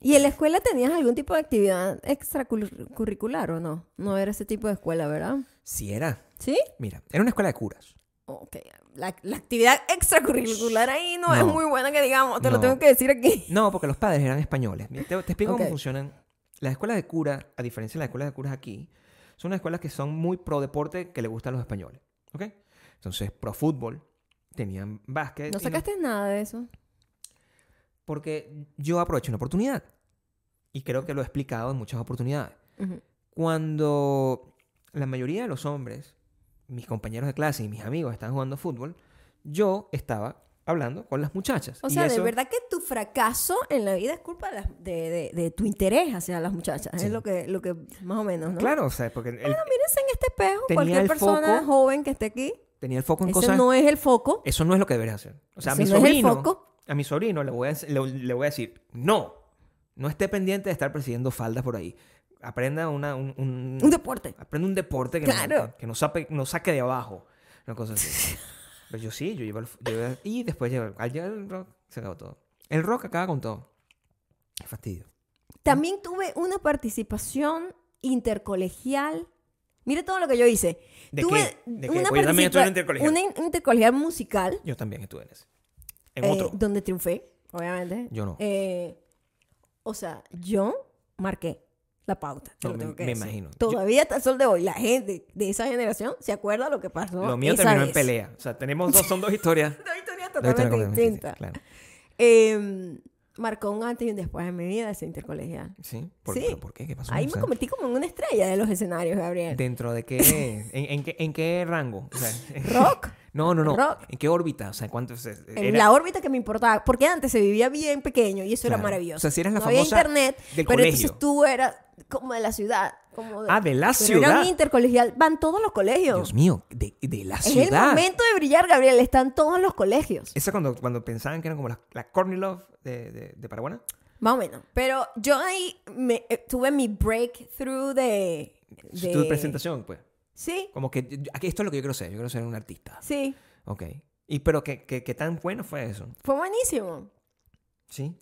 ¿Y en la escuela tenías algún tipo de actividad extracurricular o no? No era ese tipo de escuela, ¿verdad? Si era. ¿Sí? Mira, era una escuela de curas. Ok. La, la actividad extracurricular ahí no, es No. muy buena que digamos, te lo No. tengo que decir aquí. No, porque los padres eran españoles. Mira, Te, te explico Ok. cómo funcionan. Las escuelas de curas, a diferencia de las escuelas de curas aquí, son unas escuelas que son muy pro deporte que le gustan a los españoles. ¿Ok? Entonces, pro fútbol, tenían básquet. eh, y ¿No sacaste nada de eso? Porque yo aproveché una oportunidad. Y creo que lo he explicado en muchas oportunidades. Ujú. cuando la mayoría de los hombres, mis compañeros de clase y mis amigos estaban jugando fútbol, yo estaba hablando con las muchachas. O Y sea, de eso- verdad que tu fracaso en la vida es culpa de, las- de- de- de tu interés hacia las muchachas. Sí. Es lo que, lo que más o menos, ¿no? Ah, Claro, o sea, porque el- Mírense en este espejo, Tenía cualquier el persona foco- joven que esté aquí. tenía el foco en Ese cosas... no es el foco. Eso no es lo que deberías hacer. O sea, a Ese mi no es el sobrino... foco. A mi sobrino le voy a, le, le voy a decir, no, no esté pendiente de estar persiguiendo faldas por ahí. Aprenda una, un, un- Un deporte. aprende un deporte que, Claro. no, que no sape- no saque de abajo. Una cosa así. Pero yo sí, yo llevo el, yo llevo el- Y después llevo el, al llegar el rock, se acabó todo. El rock acaba con todo. Qué fastidio. También tuve una participación intercolegial. Mire todo lo que yo hice. ¿De tuve qué? ¿De qué? una Pues yo también estuve participa- en intercolegial. una in- intercolegial musical Yo también estuve en ese. En eh, otro. donde triunfé, obviamente. Yo no. Eh, o sea, yo marqué la pauta. te No, lo me- tengo que me decir. imagino. Yo- Todavía hasta el sol de hoy, la gente de esa generación se acuerda lo que pasó. Lo mío esa terminó en vez. pelea. O sea, tenemos dos, son dos historias. Dos historias Dos historias totalmente completamente distintas. distintas, Claro. Eh, marcó un antes y un después en mi vida ese intercolegial. Sí. ¿Por, Sí. pero ¿por qué? ¿Qué pasó? Ahí O ¿eh? me sea, convertí como en una estrella de los escenarios, Gabriel. ¿Dentro de qué? ¿En, en qué, en qué rango? O sea, Rock. no, no, no. Rock. ¿En qué órbita? O sea, ¿cuánto? se- En era- la órbita que me importaba, porque antes se vivía bien pequeño y eso era Claro. maravilloso. O sea, si eras la no famosa había internet, del pero colegio. entonces tú eras como de la ciudad. Como de, Ah, de la pero Era ciudad. un intercolegial, van todos los colegios. Dios mío, de, de la es el ciudad. momento de brillar, Gabriel, están todos los colegios. Esa cuando, cuando pensaban que eran como la, la Courtney Love de, de, de Paraguana. Más o menos. Pero yo ahí me, eh, tuve mi breakthrough de... de- Tu presentación, pues. Sí, Como que yo- aquí esto es lo que yo quiero ser. Yo quiero ser un artista. sí. Ok. Y pero que, que, que tan bueno fue eso. Fue buenísimo. Sí.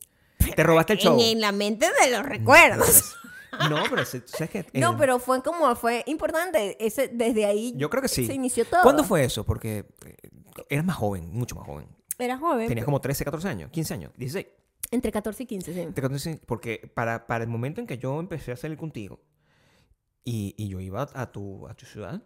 Te robaste el show. En, en la mente de los No, recuerdos. pero- Pues, No, pero se- sabes que eh, No, pero fue como, fue importante. Ese, desde ahí yo creo que sí. se inició todo. ¿Cuándo fue eso? Porque eh, eras más joven, mucho más joven. Era joven. Tenías como 13, 14 años, 15 años, 16. Entre 14 y 15, sí. Te conté, sí, porque para, para el momento en que yo empecé a salir contigo y, y yo iba a tu, a tu ciudad,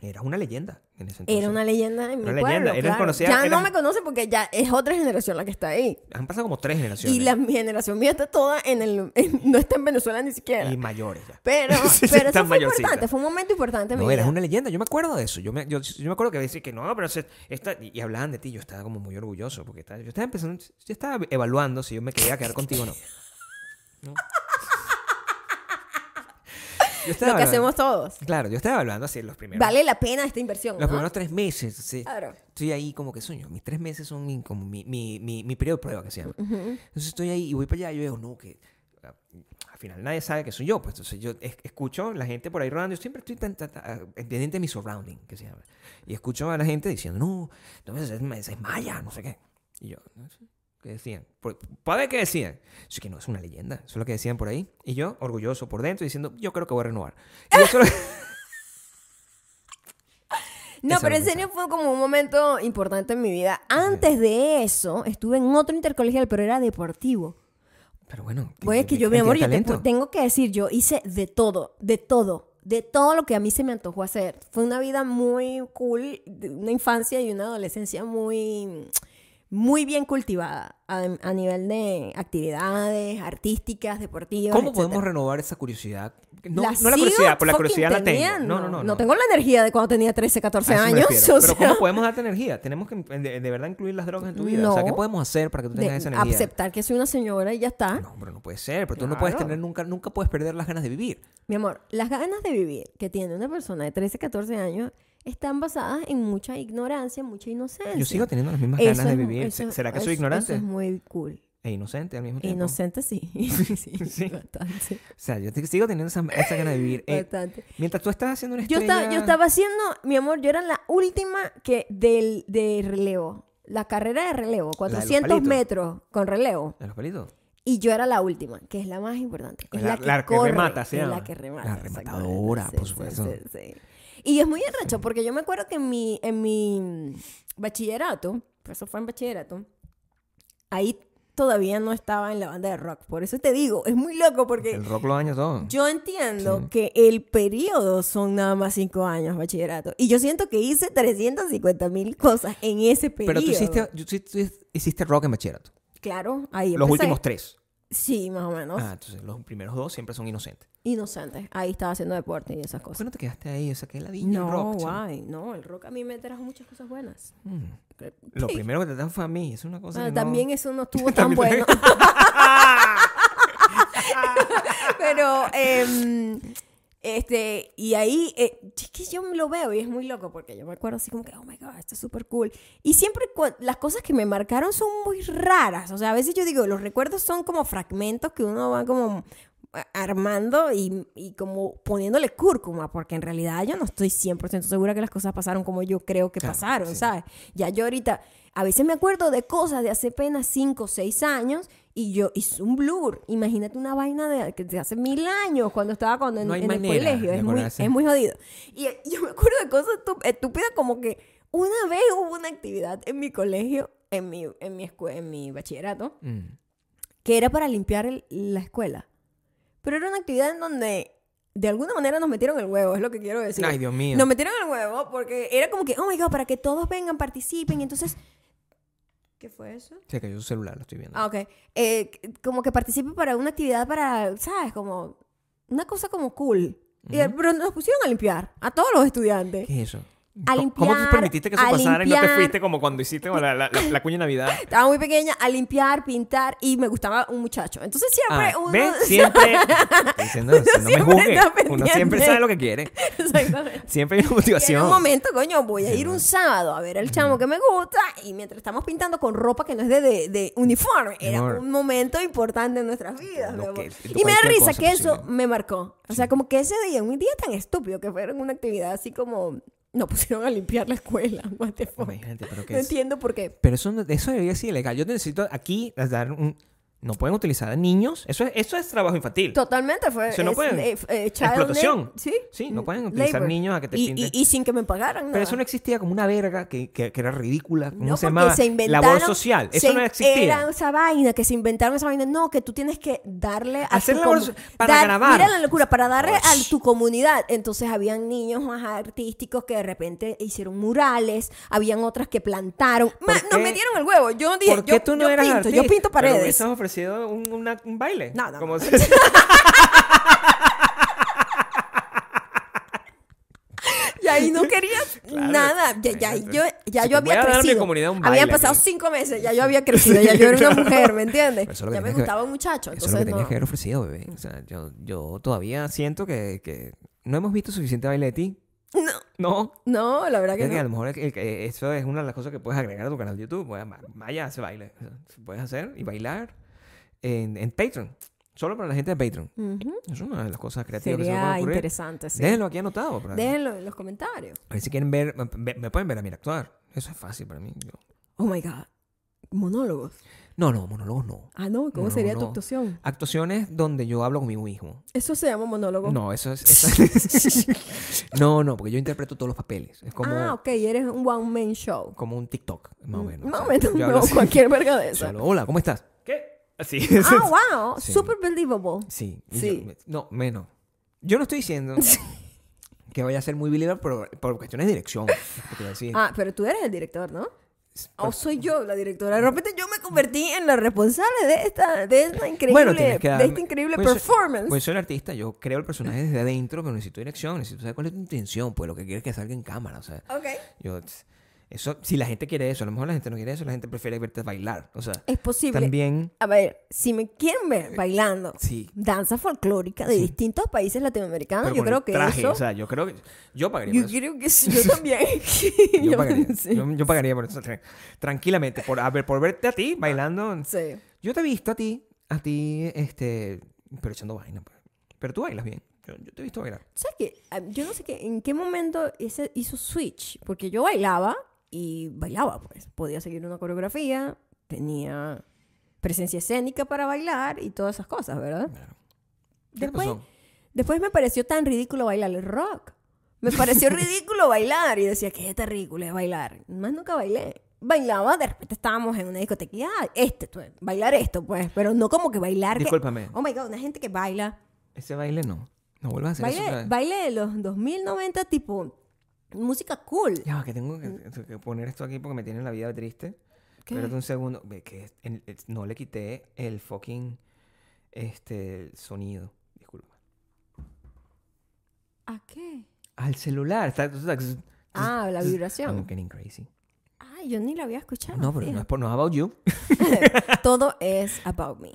eras una leyenda en ese entonces. Era una leyenda en mi Una pueblo, leyenda, eres claro. conocida, ya no eras- me conoce porque ya es otra generación la que está ahí. Han pasado como tres generaciones. Y Y, la generación mía está toda en el... en- no está en Venezuela ni siquiera. mayores ya. Pero, Sí, pero eso está fue mayorcita. importante. Fue un momento importante en No, mi eras vida. una leyenda, yo me acuerdo de eso. Yo me, yo, yo me acuerdo que decía que no, pero se- esta, y y hablaban de ti, yo estaba como muy orgulloso, porque estaba- yo estaba empezando, yo estaba evaluando si yo me quería quedar contigo o no. ¿No? Yo estaba Lo que evaluando- hacemos todos. Claro, yo estaba hablando así los primeros. Vale la pena esta inversión, Los ¿no? primeros tres meses, sí. Claro. Estoy ahí como que sueño. Mis tres meses son mi, como mi, mi, mi, mi periodo de prueba que se llama. Entonces estoy ahí y voy para allá y yo digo, no, que ah, al final nadie sabe que soy yo. Pues entonces yo es- escucho la gente por ahí rodando. Yo siempre estoy tan, tan- tan, ah, pendiente de mi surrounding, que se llama. Y escucho a la gente diciendo, no, no me des- me desmaya, no sé qué. Y yo, no sé. ¿Qué decían? Por- ¿Para ver qué decían? Es que no, es una leyenda. Eso es lo que decían por ahí. Y yo, orgulloso por dentro, diciendo, yo creo que voy a renovar. Y eso lo- No, Eso pero es en lo que serio fue como un momento importante en mi vida. Antes de eso, estuve en otro intercolegial, pero era deportivo. Pero bueno. Bueno, es que yo, mi amor, yo te- tengo que decir, yo hice de todo, de todo, de todo lo que a mí se me antojó hacer. Fue una vida muy cool, de una infancia y una adolescencia muy, muy bien cultivada a, a nivel de actividades artísticas, deportivas. ¿Cómo etcétera. podemos renovar esa curiosidad? No La no la sigo curiosidad, por la fucking curiosidad la tengo. teniendo. No, no, no. No tengo la energía de cuando tenía 13, 14 A eso me años. refiero. o Pero sea, ¿cómo podemos darte energía? Tenemos que de, de verdad incluir las drogas en tu vida. O sea, ¿qué No. podemos hacer para que tú tengas de esa energía? aceptar que soy una señora y ya está. No, pero no puede ser. Pero tú no puedes Claro. tener nunca, nunca puedes perder las ganas de vivir. Mi amor, las ganas de vivir que tiene una persona de 13, 14 años están basadas en mucha ignorancia, mucha inocencia. Yo sigo teniendo las mismas Eh, Eso ganas de es- vivir. eso- ¿Será que eso- soy ignorante? Eso es muy cool. E inocente al mismo tiempo. Inocente sí. sí, Sí. Bastante. O sea, yo te- sigo teniendo esas esa ganas de vivir. Eh, bastante. mientras tú estás haciendo una Yo estrella... estaba, yo estaba haciendo, mi amor, yo era la última que del de relevo. La carrera de relevo, de los 400 palitos. metros con relevo. ¿De los palitos? Y yo era la última, que es la más importante. Es La- la, que, la que corre, remata, se es llama. La que remata. La exactamente. rematadora, Sí, por sí, supuesto. sí, sí. Y es muy enracho, porque yo me acuerdo que en mi, en mi mm, bachillerato, pero eso fue en bachillerato, ahí todavía no estaba en la banda de rock. Por eso te digo, es muy loco, porque El rock lo daña todo. yo entiendo Sí. que el periodo son nada más cinco años, bachillerato. Y yo siento que hice 350 mil cosas en ese periodo. Pero tú hiciste, tú hiciste- hiciste rock en bachillerato. Claro, ahí Los empecé. últimos tres. Sí, más o menos. Ah, entonces los primeros dos siempre son inocentes. Inocentes. Ahí estaba haciendo deporte y esas ¿Por qué cosas. no te quedaste ahí? O sea, que la viña No, el rock. chamo. guay. No, el rock a mí me trajo muchas cosas buenas. Mm. Lo Sí. primero que te dan fue a mí. Es una cosa Bueno, que no- También eso no estuvo tan También- bueno. Pero, em, este, y ahí, eh, es que yo lo veo y es muy loco porque yo me acuerdo así como que, oh my god, esto es súper cool. Y siempre cua- las cosas que me marcaron son muy raras. O sea, a veces yo digo, los recuerdos son como fragmentos que uno va como a- armando y, y como poniéndole cúrcuma, porque en realidad yo no estoy 100% segura que las cosas pasaron como yo creo que Claro, pasaron, sí. ¿sabes? Ya yo ahorita, a veces me acuerdo de cosas de hace apenas 5 o 6 años y yo hice un blur. Imagínate una vaina de, que de hace mil años, cuando estaba cuando en, No hay en el manera colegio. de Es muy, acordarse. es muy jodido. Y eh, yo me acuerdo de cosas estu- estúpidas como que una vez hubo una actividad en mi colegio, en mi, en mi, escue- en mi bachillerato, Mm. que era para limpiar el- la escuela. Pero era una actividad en donde de alguna manera nos metieron el huevo, es lo que quiero decir. Ay, Dios mío. Nos metieron el huevo porque era como que, oh my god, para que todos vengan, participen. Y entonces, ¿qué fue eso? Se cayó su celular, lo estoy viendo. Ah, ok. Eh, c- como que participe para una actividad para, ¿sabes? Como una cosa como cool. Y, Ujú. Pero nos pusieron a limpiar a todos los estudiantes. ¿Qué es eso? A ¿Cómo- ¿Cómo tú limpiar, permitiste que eso a pasara y no te limpiar. fuiste como cuando hiciste la, la, la- la cuña de Navidad? Estaba muy pequeña a limpiar, pintar y me gustaba un muchacho. Entonces siempre Ah, uno... ¿Ves? Siempre. Estoy diciendo, o sea, no me siempre juzgues. está Uno pendiente. siempre sabe lo que quiere. Exactamente. Siempre hay Y una en motivación. un momento, coño, voy a ir un sábado a ver al chamo que me gusta y mientras estamos pintando con ropa que no es de, de- de uniforme, era Amor. un momento importante en nuestras vidas. Lo mi amor. que- y me da cualquier risa cosa que eso posible. me marcó. O sea, como que ese día, un día tan estúpido que fueron una actividad así como nos pusieron a limpiar la escuela. What the fuck. Imagínate, pero qué No es. entiendo por qué. Pero eso, no- eso debería ser ilegal. Yo necesito aquí dar un... No pueden utilizar a niños. Eso es, eso es trabajo infantil. Totalmente fue. Eso no es- pueden. eh, eh, child Explotación. lab- Sí. Sí, no pueden utilizar niños a que te y, pinten. y, y sin que me pagaran. Pero nada. eso no existía como una verga que, que- que era ridícula. ¿Cómo No, se porque llamaba? se Labor inventaron- social. Eso se- no existía. Era esa vaina, que se inventaron esa vaina. No, que tú tienes que darle a Hacer tu labor comu- so- para grabar. Mira la locura, para darle Osh. a tu comunidad. Entonces habían niños más artísticos que de repente hicieron murales, habían otras que plantaron. ¿Por Ma, qué? nos metieron el huevo. Yo dije, ¿Por qué yo, tú no yo eras pinto, yo artista? pinto Pero paredes. hubieses ofrecido un, una- un baile. No, no, Como no. se- Y ahí no querías Claro. nada. Ya, ya, Imagínate. yo, ya Si te yo voy había a dar a mi crecido. comunidad un había baile pasado aquí. cinco meses, ya yo había crecido, ya yo era una mujer, ¿me entiendes? Pero eso es lo que ya me tienes que- gustaba un muchacho. Eso es Entonces, lo que tenías no. que haber ofrecido, bebé. O sea, yo, yo todavía siento que, que no hemos visto suficiente baile de ti. No, No. no, la verdad que Creo que a no. lo mejor el- el- eh, eso es una de las cosas que puedes agregar a tu canal de YouTube. Vaya, vaya hace baile. O sea, Puedes hacer y bailar en, en Patreon. Solo para la gente de Patreon. Ujú. Es una de las cosas creativas que se me puede Sería ocurrir. interesante, sí. Déjenlo aquí anotado. para- Déjenlo en los comentarios. A ver si quieren ver, me, me pueden ver a mí actuar. Eso es fácil para mí. Yo- Oh my God. Monólogos. No, no, monólogos no. Ah, no, ¿cómo No, sería no. tu actuación? Actuaciones donde yo hablo conmigo mismo. Eso se llama monólogo. No, eso es. eso- no, no, porque yo interpreto todos los papeles. Es como, Ah, ok, eres un one-man show. como un TikTok, más o menos. No, O sea, me yo no, hablo así. cualquier verga de Yo esa. hablo, Hola, ¿cómo estás? ¿Qué? Así Ah, wow. Sí. Super believable. Sí. y Sí. yo- no, menos. Yo no estoy diciendo que vaya a ser muy believer por, por cuestiones de dirección. lo que te iba a decir. Ah, pero tú eres el director, ¿no? O soy yo la directora. De repente yo me convertí en la responsable de esta, de esta increíble, tienes que de darme- esta increíble pues, soy- performance. Pues soy un artista, yo creo el personaje desde adentro, pero necesito dirección, necesito saber cuál es tu intención, pues lo que quieres que salga en cámara, o sea. ok. Yo, tss, eso, si la gente quiere eso, a lo mejor la gente no quiere eso, la gente prefiere verte bailar, o sea. Es posible. También, A ver, si me quieren ver bailando Eh, sí. danza folclórica de distintos países latinoamericanos, pero Ah, yo con creo el que traje, eso. o sea, yo creo que yo pagaría yo por eso. creo que sí, yo también. Yo, pagaría, sí. yo, yo pagaría por eso tra- tranquilamente, por, a ver, por verte a ti bailando. Sí. Yo te he visto a ti, a ti, este, pero echando vaina, pues. pero tú bailas bien. Yo, yo te he visto bailar. ¿Sabes qué? Ah, Yo no sé qué, en qué momento ese hizo switch, porque yo bailaba y bailaba, pues. Podía seguir una coreografía, tenía presencia escénica para bailar y todas esas cosas, ¿verdad? Claro. Tienes Después, razón. después me pareció tan ridículo bailar el rock. Me pareció ridículo bailar y decía, qué terrible es bailar. Más nunca bailé. Bailaba, de repente estábamos en una discoteca y, ah, este, pues, bailar esto, pues, pero no como que bailar. que- Discúlpame. oh my god, una gente que baila. Ese baile no. No vuelvas a hacer eso. Baile, otra vez. baile de los 2090, tipo música cool. Ya, va, que tengo que, que poner esto aquí porque me tiene la vida triste. ¿Qué? Espérate un segundo. Ve Que en- es- no le quité el fucking este, sonido. Disculpa. ¿A qué? Al celular. Está, está- Ah, la I'm vibración. getting crazy. Ah, yo ni la había escuchado. No, pero no es fíjate. por no es about you. Todo es about me.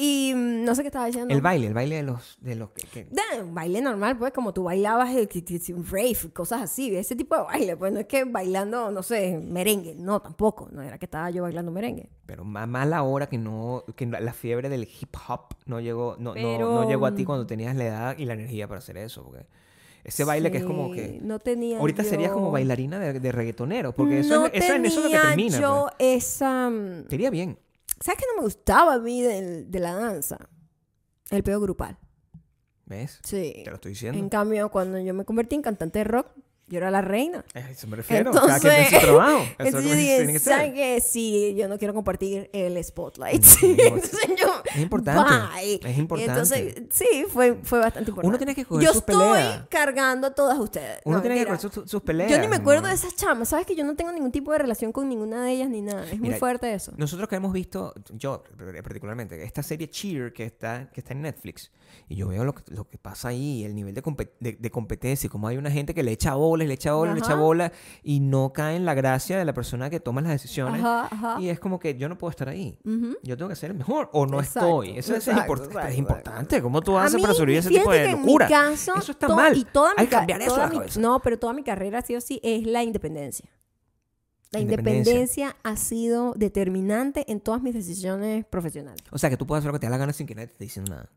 Y mm, no sé qué estaba diciendo. El baile, el baile de los, de los que, que- Da, un baile normal, pues, como tú bailabas eh, que- que- que un rave, cosas así, ese tipo de baile, pues no es que bailando, no sé, merengue, no, tampoco, no era que estaba yo bailando merengue. Pero ma- mala hora que no, que la la fiebre del hip hop no llegó, no, no- Pero, no, llegó a ti mm, cuando tenías la edad y la energía para hacer eso. Porque ese baile que es como Sí, que. No tenía Ahorita serías yo- como bailarina de, de reggaetonero. Porque eso, no es, eso, es- eso es lo que tenía termina. yo pues. esa... mm, Te iría bien. ¿Sabes qué no me gustaba a mí del- de la danza? El peo grupal. ¿Ves? Sí. Te lo estoy En diciendo. cambio, cuando yo me convertí en cantante de rock, yo era la reina. A eso me refiero. Cada quien tiene su Entonces- trabajo. Eso es lo Entonces yo que tiene dije, que ser. ¿sabes qué? Sí, yo no quiero compartir el spotlight. No, Entonces yo... Es importante. bye. Es importante. Entonces, sí, fue, fue bastante importante. Uno tiene que coger Yo sus estoy peleas. cargando a todas ustedes. Uno No, tiene que mentira. coger sus- sus, sus peleas. Yo ni me acuerdo ¿no? de esas chamas. ¿Sabes que yo no tengo ningún tipo de relación con ninguna de ellas ni nada? Es muy Mira, fuerte eso. Nosotros que hemos visto, yo particularmente, esta serie Cheer que está, que está en Netflix, y yo veo lo que, lo que pasa ahí, el nivel de, compe- de, de competencia, como hay una gente que le echa bolas, le echa bolas, le echa Ajá. bolas, y no cae en la gracia de la persona que toma las decisiones. Ajá, ajá. Y es como que yo no puedo estar ahí. Ujú. Yo tengo que ser el mejor o no Exacto, estoy. Eso, eso es exacto, importante. exacto, es exacto. importante. ¿Cómo tú A haces para mí, sobrevivir a ese fíjate tipo de que en mi locura? caso, eso está to- mal. y toda mi Hay que ca- cambiar eso toda de la mi- cabeza. No, pero toda mi carrera, sí o sí, es la independencia. La Independencia. independencia ha sido determinante en todas mis decisiones profesionales. O sea, que tú puedes hacer lo que te da la gana sin que nadie te esté diciendo nada.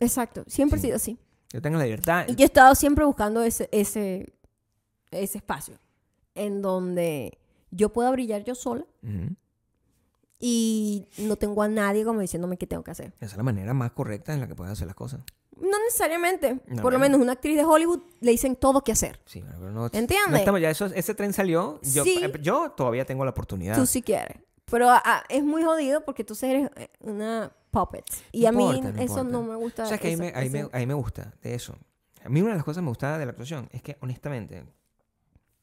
Exacto, siempre Sí. Eh. ha sido así. Yo tengo la libertad. Y yo he estado siempre buscando ese, ese, ese espacio en donde yo pueda brillar yo sola Ujú. y no tengo a nadie como diciéndome qué tengo que hacer. Esa es la manera más correcta en la que puedes hacer las cosas. No necesariamente. No, Por lo bueno. menos una actriz de Hollywood le dicen todo qué hacer. Sí, bueno, pero no. ¿Entiendes? no estamos ya, eso, ese tren salió. Yo, Sí. eh, yo todavía tengo la oportunidad. Tú si quieres. Pero ah, ah, es muy jodido porque tú eres eh, una puppet. Y No a mí importa, eso no importa. no me gusta. o sea, que a mí, me, esa- a mí ese- me- a mí me gusta de eso. A mí una de las cosas que me gustaba de la actuación es que, honestamente,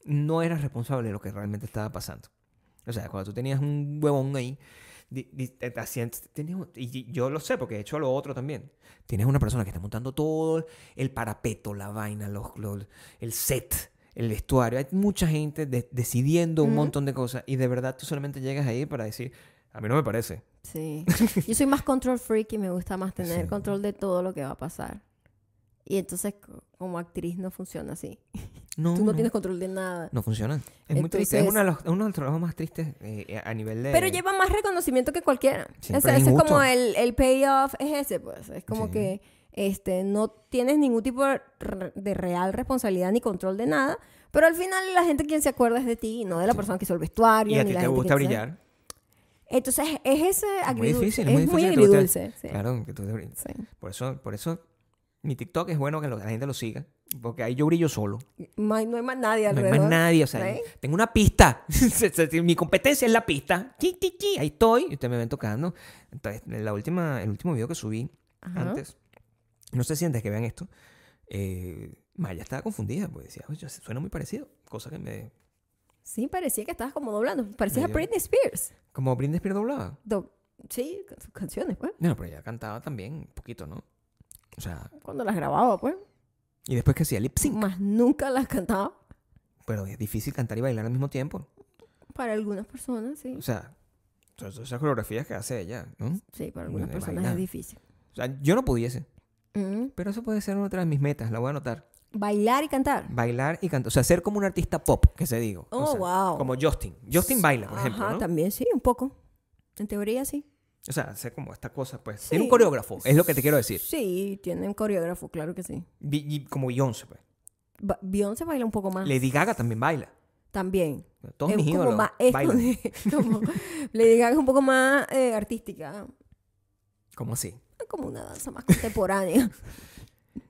no eras responsable de lo que realmente estaba pasando. O sea, cuando tú tenías un huevón ahí, di- di- te- te hacían- tenías un- y y yo lo sé porque he hecho lo otro también. Tienes una persona que está montando todo el parapeto, la vaina, los, los- el set, el vestuario. Hay mucha gente de- decidiendo un Ujú. montón de cosas y de verdad tú solamente llegas ahí para decir, a mí no me parece. Sí. Yo soy más control freak y me gusta más tener Sí. control de todo lo que va a pasar. Y entonces, co- como actriz, no funciona así. No, Tú no no. tienes control de nada. No funciona. Es muy triste. Es Entonces- uno de los, es uno de los trabajos más tristes eh, a nivel de. Pero lleva más reconocimiento que cualquiera. Siempre O sea, es ese es como injusto. el, el payoff, es ese, pues. Es como Sí. que este, no tienes ningún tipo de re- de real responsabilidad ni control de nada, pero al final la gente quien se acuerda es de ti, y no de la persona que hizo el vestuario. Y a ni ti la te gente que gusta hizo- brillar. Entonces, es ese agridulce. difícil, es es muy muy, difícil que te guste- agridulce. sí, Claro, que tú te brilles. sí. Por eso, por eso mi TikTok es bueno que lo- la gente lo siga. Porque ahí yo brillo solo. No hay- no hay más nadie No hay alrededor. más nadie. O sea, ¿Ven? tengo una pista. Se- se- mi competencia es la pista. Chi, chi, chi, Ahí estoy. Y ustedes me ven tocando. Entonces, en la última, el último video que subí Ajá. antes. No sé si antes que vean esto. eh, Maya estaba confundida. Pues decía, oye, suena muy parecido. Cosa que me, Sí, parecía que estabas como doblando. Parecías a Medio- Britney Spears. Como Britney Spears doblaba. Do- sí, con sus canciones, pues. No, pero ella cantaba también un poquito, ¿no? O sea, Cuando las grababa, pues. y después que hacía lip sync. Más nunca las cantaba. Pero es difícil cantar y bailar al mismo tiempo. Para algunas personas, sí. O sea, todas esas coreografías que hace ella, ¿no? Sí, para algunas de personas bailar. es difícil. O sea, yo no pudiese. Mm. Pero eso puede ser otra de mis metas, la voy a anotar. Bailar y cantar. Bailar y cantar. O sea, ser como un artista pop, que se digo. O Oh, sea, wow. Como Justin. Justin baila, por ejemplo, Ajá, ¿no? también sí, un poco. En teoría sí. O sea, hacer como esta cosa, pues. Sí. Tiene un coreógrafo, es lo que te quiero decir. Sí, tiene un coreógrafo, claro que sí. Bi- y como Beyoncé, pues. Ba- Beyoncé baila un poco más. Lady Gaga también baila. También. Todos Ah. Es mis como ídolos maestro bailan. de- como- le digan un poco más eh, artística. ¿Cómo así? Como una danza más contemporánea.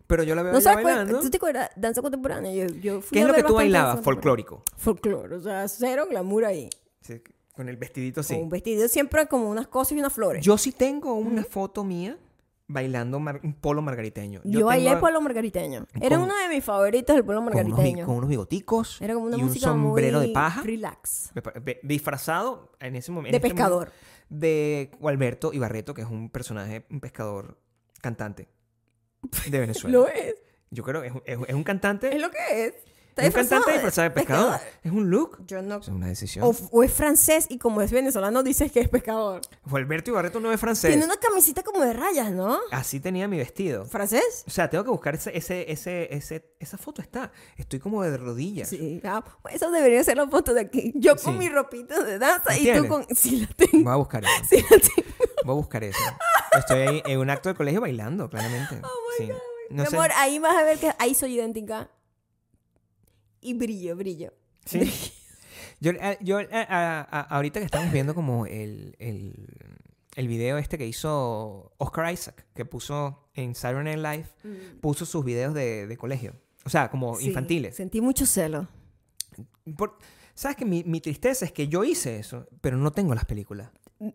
Pero yo la veo ¿No ella sabes cuál- bailando. ¿Tú te acuerdas? Danza contemporánea. Yo, yo fui ¿Qué a es lo ver que bastante tú bailabas? danza contemporánea. Folclórico. Folclore. O sea, cero glamour ahí. Sí, con el vestidito Con así. un vestido siempre como unas cosas y unas flores. Yo sí tengo una foto mía bailando mar- un polo margariteño. Yo, tengo bailé a- polo margariteño. Era con- uno de mis favoritos el polo con unos, bi- margariteño. con unos bigoticos Era como una y un música sombrero muy de paja. relax. Me pa- ve- Disfrazado en este ese momento. De pescador. de Gualberto Ibarreto, que es un personaje, un pescador cantante de Venezuela. Lo es. Yo creo que es, un- es un- es un cantante. Es lo que es. Está es un cantante disfrazado de de pescador. Es un look. Yo no. Es una decisión. O, o es francés y como es venezolano dices que es pescador. Gualberto Ibarreto no es francés. Tiene una camisita como de rayas, ¿no? Así tenía mi vestido. ¿Francés? O sea, tengo que buscar ese, ese, ese, ese- esa foto está. Estoy como de rodillas. Sí. Ah, eso debería ser la foto de aquí. Yo con Sí. mi ropita de danza ¿La y tú tienes? con... Sí, la tengo. Voy a buscar eso. Sí, la tengo. Voy a buscar eso. Estoy ahí en un acto del colegio bailando, claramente. Sí. No Oh Mi sé. amor, ahí vas a ver que ahí soy idéntica. Y brillo, brillo. Sí. Yo, eh, yo, eh, a- a- ahorita que estamos viendo como el, el, el video este que hizo Oscar Isaac, que puso en Saturday Night Live, Mm. puso sus videos de, de colegio. O sea, como Sí, infantiles. Sentí mucho celo. Por- ¿Sabes que mi, mi tristeza es que yo hice eso, pero no tengo las películas?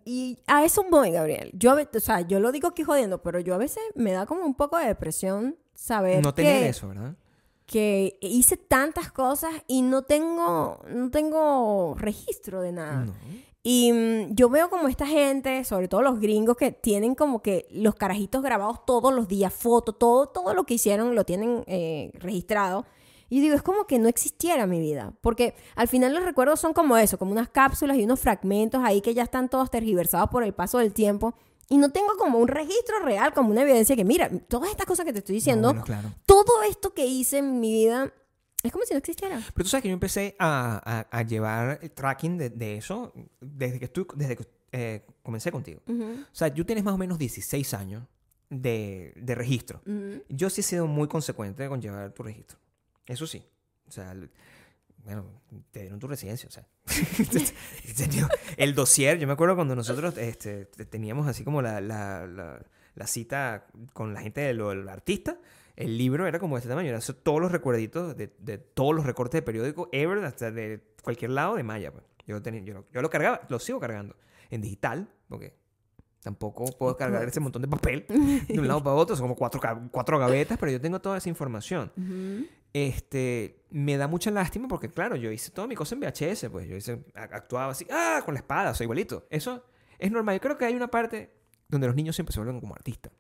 Y a eso voy, Gabriel. Yo, a ve- o sea, yo lo digo aquí jodiendo, pero yo a veces me da como un poco de depresión saber No tener que, eso, ¿verdad? que hice tantas cosas y no tengo, no tengo registro de nada. No. Y mm, yo veo como esta gente, sobre todo los gringos, que tienen como que los carajitos grabados todos los días, fotos, todo, todo lo que hicieron lo tienen eh, registrado. Y digo, es como que no existiera mi vida. Porque al final los recuerdos son como eso, como unas cápsulas y unos fragmentos ahí que ya están todos tergiversados por el paso del tiempo. Y no tengo como un registro real, como una evidencia que, mira, todas estas cosas que te estoy diciendo, No, bueno, claro. todo esto que hice en mi vida, es como si no existiera. Pero tú sabes que yo empecé a, a- a llevar el tracking de, de eso desde que, estoy, desde que eh, comencé contigo. Ujú, O sea, tú tienes más o menos 16 años de, de registro. ujú. Yo sí he sido muy consecuente con llevar tu registro. Eso sí. O sea, l- bueno, te dieron tu residencia, o sea. En serio, el dossier, yo me acuerdo cuando nosotros este, te- teníamos así como la, la- la- la cita con la gente de lo- del artista, el libro era como de este tamaño, era eso- todos los recuerditos de, de todos los recortes de periódico, ever, hasta de cualquier lado de Maya. pues. Yo, lo tenía- yo, lo, yo lo cargaba, lo sigo cargando en digital, porque tampoco puedo cargar ese montón de papel de un lado para otro, son como cuatro, ca- cuatro gavetas, pero yo tengo toda esa información. Ujú. Este, me da mucha lástima porque, claro, yo hice toda mi cosa en VHS, pues yo hice, a- actuaba así, ah, con la espada, o sea, igualito. Eso es normal. Yo creo que hay una parte donde los niños siempre se vuelven como artistas,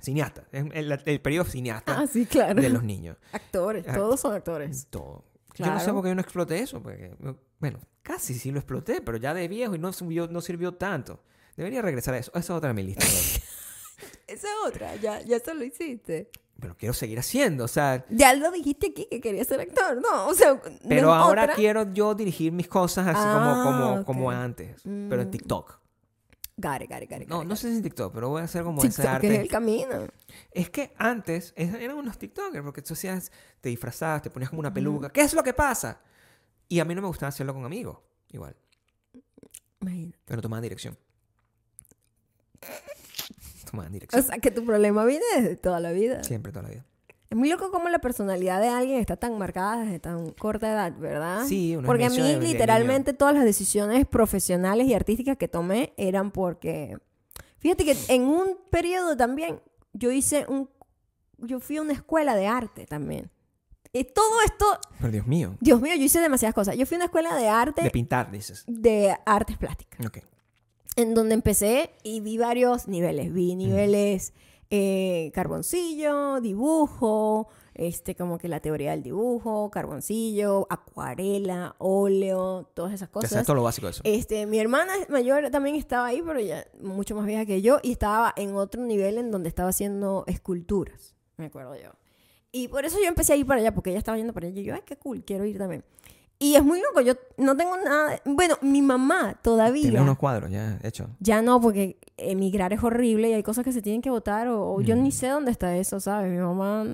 cineastas. Es el, el periodo cineasta Ah, sí, claro. de los niños. Actores, Ah. todos son actores. Todo. Yo no sé Claro. por qué yo no exploté eso, porque, bueno, casi sí lo exploté, pero ya de viejo y no, subió- no sirvió tanto. Debería regresar a eso. Esa es otra de mi lista. ¿no? Esa otra, ya, ya eso lo hiciste. pero quiero seguir haciendo, o sea, Ya lo dijiste aquí que querías ser actor, ¿no? O sea, Pero ahora ahora quiero yo dirigir mis cosas así como, Ah, como, ok. como antes, pero en Mm. TikTok. Gare, gare, gare. No, gare, no sé si en TikTok, pero voy a hacer como gare. ese TikTok arte. es el camino. Es que antes es- eran unos TikTokers, porque tú hacías, te disfrazabas, te ponías como una peluca. ¿Qué es lo que pasa? Y a mí no me gustaba hacerlo con amigos, igual. Imagínate. Pero tomaban dirección. Tomaban O dirección. sea, que tu problema viene desde toda la vida. Siempre, toda la vida. Es muy loco cómo la personalidad de alguien está tan marcada desde tan corta edad, ¿verdad? Sí, uno es Porque a necio mí de- de literalmente todas las decisiones profesionales y artísticas que tomé eran porque... Fíjate que en un periodo también yo hice un... Yo fui a una escuela de arte también. Eh, todo esto, Pero Dios mío. Dios mío, yo hice demasiadas cosas. Yo fui a una escuela de arte, De pintar, dices. de artes plásticas. Ok. en donde empecé y vi varios niveles. Vi niveles eh, carboncillo, dibujo, este, como que la teoría del dibujo, carboncillo, acuarela, óleo, todas esas O cosas. sea, todo lo básico de eso. Este, mi hermana mayor también estaba ahí, pero ya mucho más vieja que yo, y estaba en otro nivel en donde estaba haciendo esculturas, me acuerdo yo. Y por eso yo empecé a ir para allá, porque ella estaba yendo para allá, y yo, ay, qué cool, quiero ir también. Y es muy loco, yo no tengo nada, de- bueno, mi mamá Tienes todavía, unos cuadros ya hechos. ya no, porque emigrar es horrible y hay cosas que se tienen que votar, o, o yo Mm. ni sé dónde está eso, ¿sabes? Mi mamá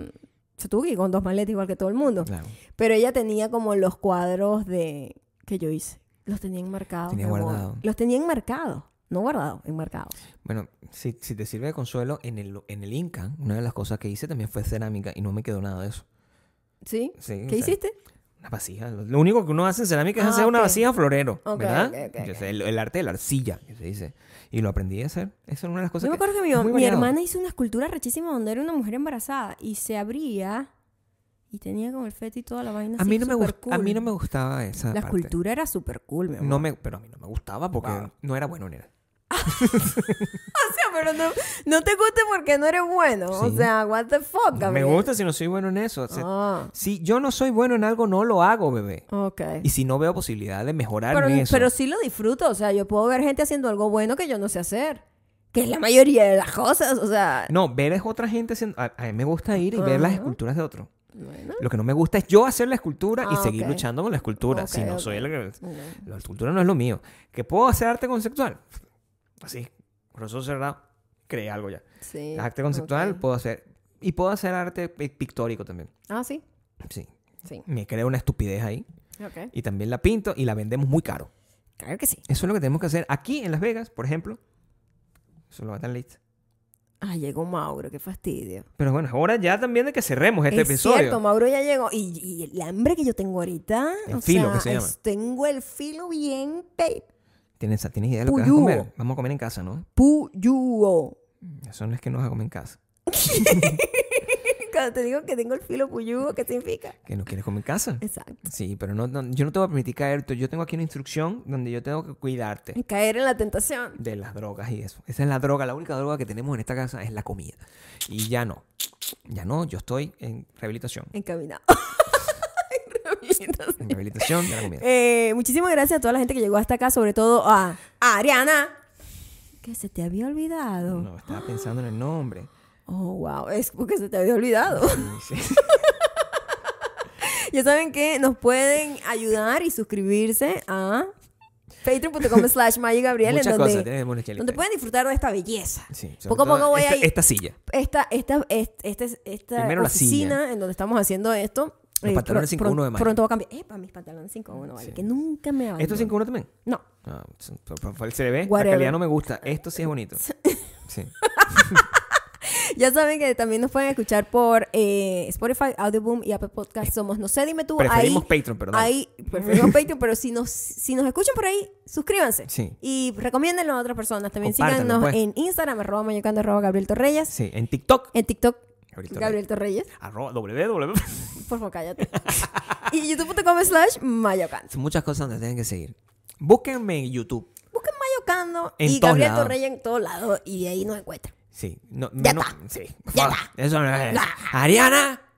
se tuvo que ir con dos maletas igual que todo el mundo, Claro. pero ella tenía como los cuadros de que yo hice. Los tenía enmarcados. Tenía mi amor. guardado. Los tenía enmarcados. No guardados, enmarcados. Bueno, si, si te sirve de consuelo, en el, en el Inca, una de las cosas que hice también fue cerámica y no me quedó nada de eso. ¿Sí? Sí, o ¿Qué sea, hiciste? Una vasija. Lo lo único que uno hace en cerámica es Ah, hacer una ok. vasija florero, Ok, ¿verdad? ok, ok, Yo ok. sé, el, el arte de la arcilla, que se dice. Y lo aprendí a hacer. Esa es una de las cosas Yo me que... acuerdo que mi, es muy mi variado. hermana hizo una escultura rechísima donde era una mujer embarazada y se abría y tenía como el feto y toda la vaina. A así, mí, no me súper gust- a mí cool. no me gustaba esa La parte. escultura era súper cool, mi amor. No me, pero a mí no me gustaba porque no era bueno, era. O sea, pero no, no te guste porque no eres bueno. O Sí. sea, what the fuck, Me Oh, Gabriel. gusta si no soy bueno en eso. O sea, Ah, Si yo no soy bueno en algo, no lo hago, bebé. ok. Y si no veo posibilidad de mejorar Pero, en eso. pero sí lo disfruto, o sea, yo puedo ver gente haciendo algo bueno que yo no sé hacer, que es la mayoría de las cosas, o sea, No, ver es otra gente haciendo. A, a mí me gusta ir y ver las esculturas de otro. bueno. Lo que no me gusta es yo hacer la escultura y Ah, seguir ok. luchando con la escultura. si Ok, no ok. soy el que. no. La escultura no es lo mío. ¿Que puedo hacer arte conceptual? Así, con los ojos cerrados, creé algo ya. Sí. arte conceptual pues. ok. puedo hacer. Y puedo hacer arte pi- pictórico también. Ah, sí, Sí. sí, Me creo una estupidez ahí. ok. Y también la pinto y la vendemos muy caro. Claro que sí. Eso es lo que tenemos que hacer aquí en Las Vegas, por ejemplo. Eso lo va a estar listo. Ah, llegó Mauro, qué fastidio. Pero bueno, es hora ya también de que cerremos este es episodio. cierto, Mauro ya llegó. Y, y el hambre que yo tengo ahorita. El o filo sea, que se llama. es- tengo el filo bien pe- ¿Tienes, ¿Tienes idea de lo que vas a Puyugo. comer? Vamos a comer en casa, ¿no? puyuo. Eso no es que no vas a comer en casa. Cuando te digo que tengo el filo puyugo, ¿qué significa? Que no quieres comer en casa. Exacto. Sí, pero no, no- yo no te voy a permitir caer. Yo tengo aquí una instrucción donde yo tengo que cuidarte Caer en la tentación. de las drogas y eso. Esa es la droga. La única droga que tenemos en esta casa es la comida. Y ya no. Ya no, yo estoy en rehabilitación. Encaminado. Ramitas. En rehabilitación de la comida. Eh, muchísimas gracias a toda la gente que llegó hasta acá, sobre todo a Ariana. Que se te había olvidado. No, estaba pensando en el nombre. Oh, wow, es porque se te había olvidado. Sí, sí. ya saben que nos pueden ayudar y suscribirse a patreon.com slash Maya Gabriel, en Muchas cosas. donde, Tienes monos que donde limpiar. pueden disfrutar de esta belleza. Sí, sobre poco a todo poco voy esta, a ir- Esta silla. Esta, esta, est- esta, es- esta Primero la oficina en donde estamos haciendo esto. Los eh, pantalones pro- 5-1 pro- de Maya. Pronto va a cambiar. Epa, mis pantalones 5-1, vale. Sí. Que nunca me abandonen. ¿Esto es 5 también? No. Ah, se- se- se- se le ve. La Whatever. calidad no me gusta. Esto sí es bonito. Sí. Ya saben que también nos pueden escuchar por eh, Spotify, Audioboom y Apple Podcast. Somos No sé, dime tú. Preferimos ahí, Patreon, perdón. ahí preferimos Patreon, pero si nos, si nos escuchan por ahí, suscríbanse. Sí. Y recomiéndenlo a otras personas. También Compártanlo, síganos pues. en Instagram, arroba mayocando, arroba Gabriel Torreyes. Sí, en TikTok. En TikTok, Gabriel Torreyes. Gabriel Torreyes. Arroba www. Por favor, cállate. y youtube.com slash mayocando. Son muchas cosas donde tienen que seguir. Búsquenme en YouTube. Busquen mayocando En y todos Gabriel lados. Torreyes en todos lados y de ahí nos encuentran. Sí. No, Ya no- está. Sí. Ya Eso no es. Ariana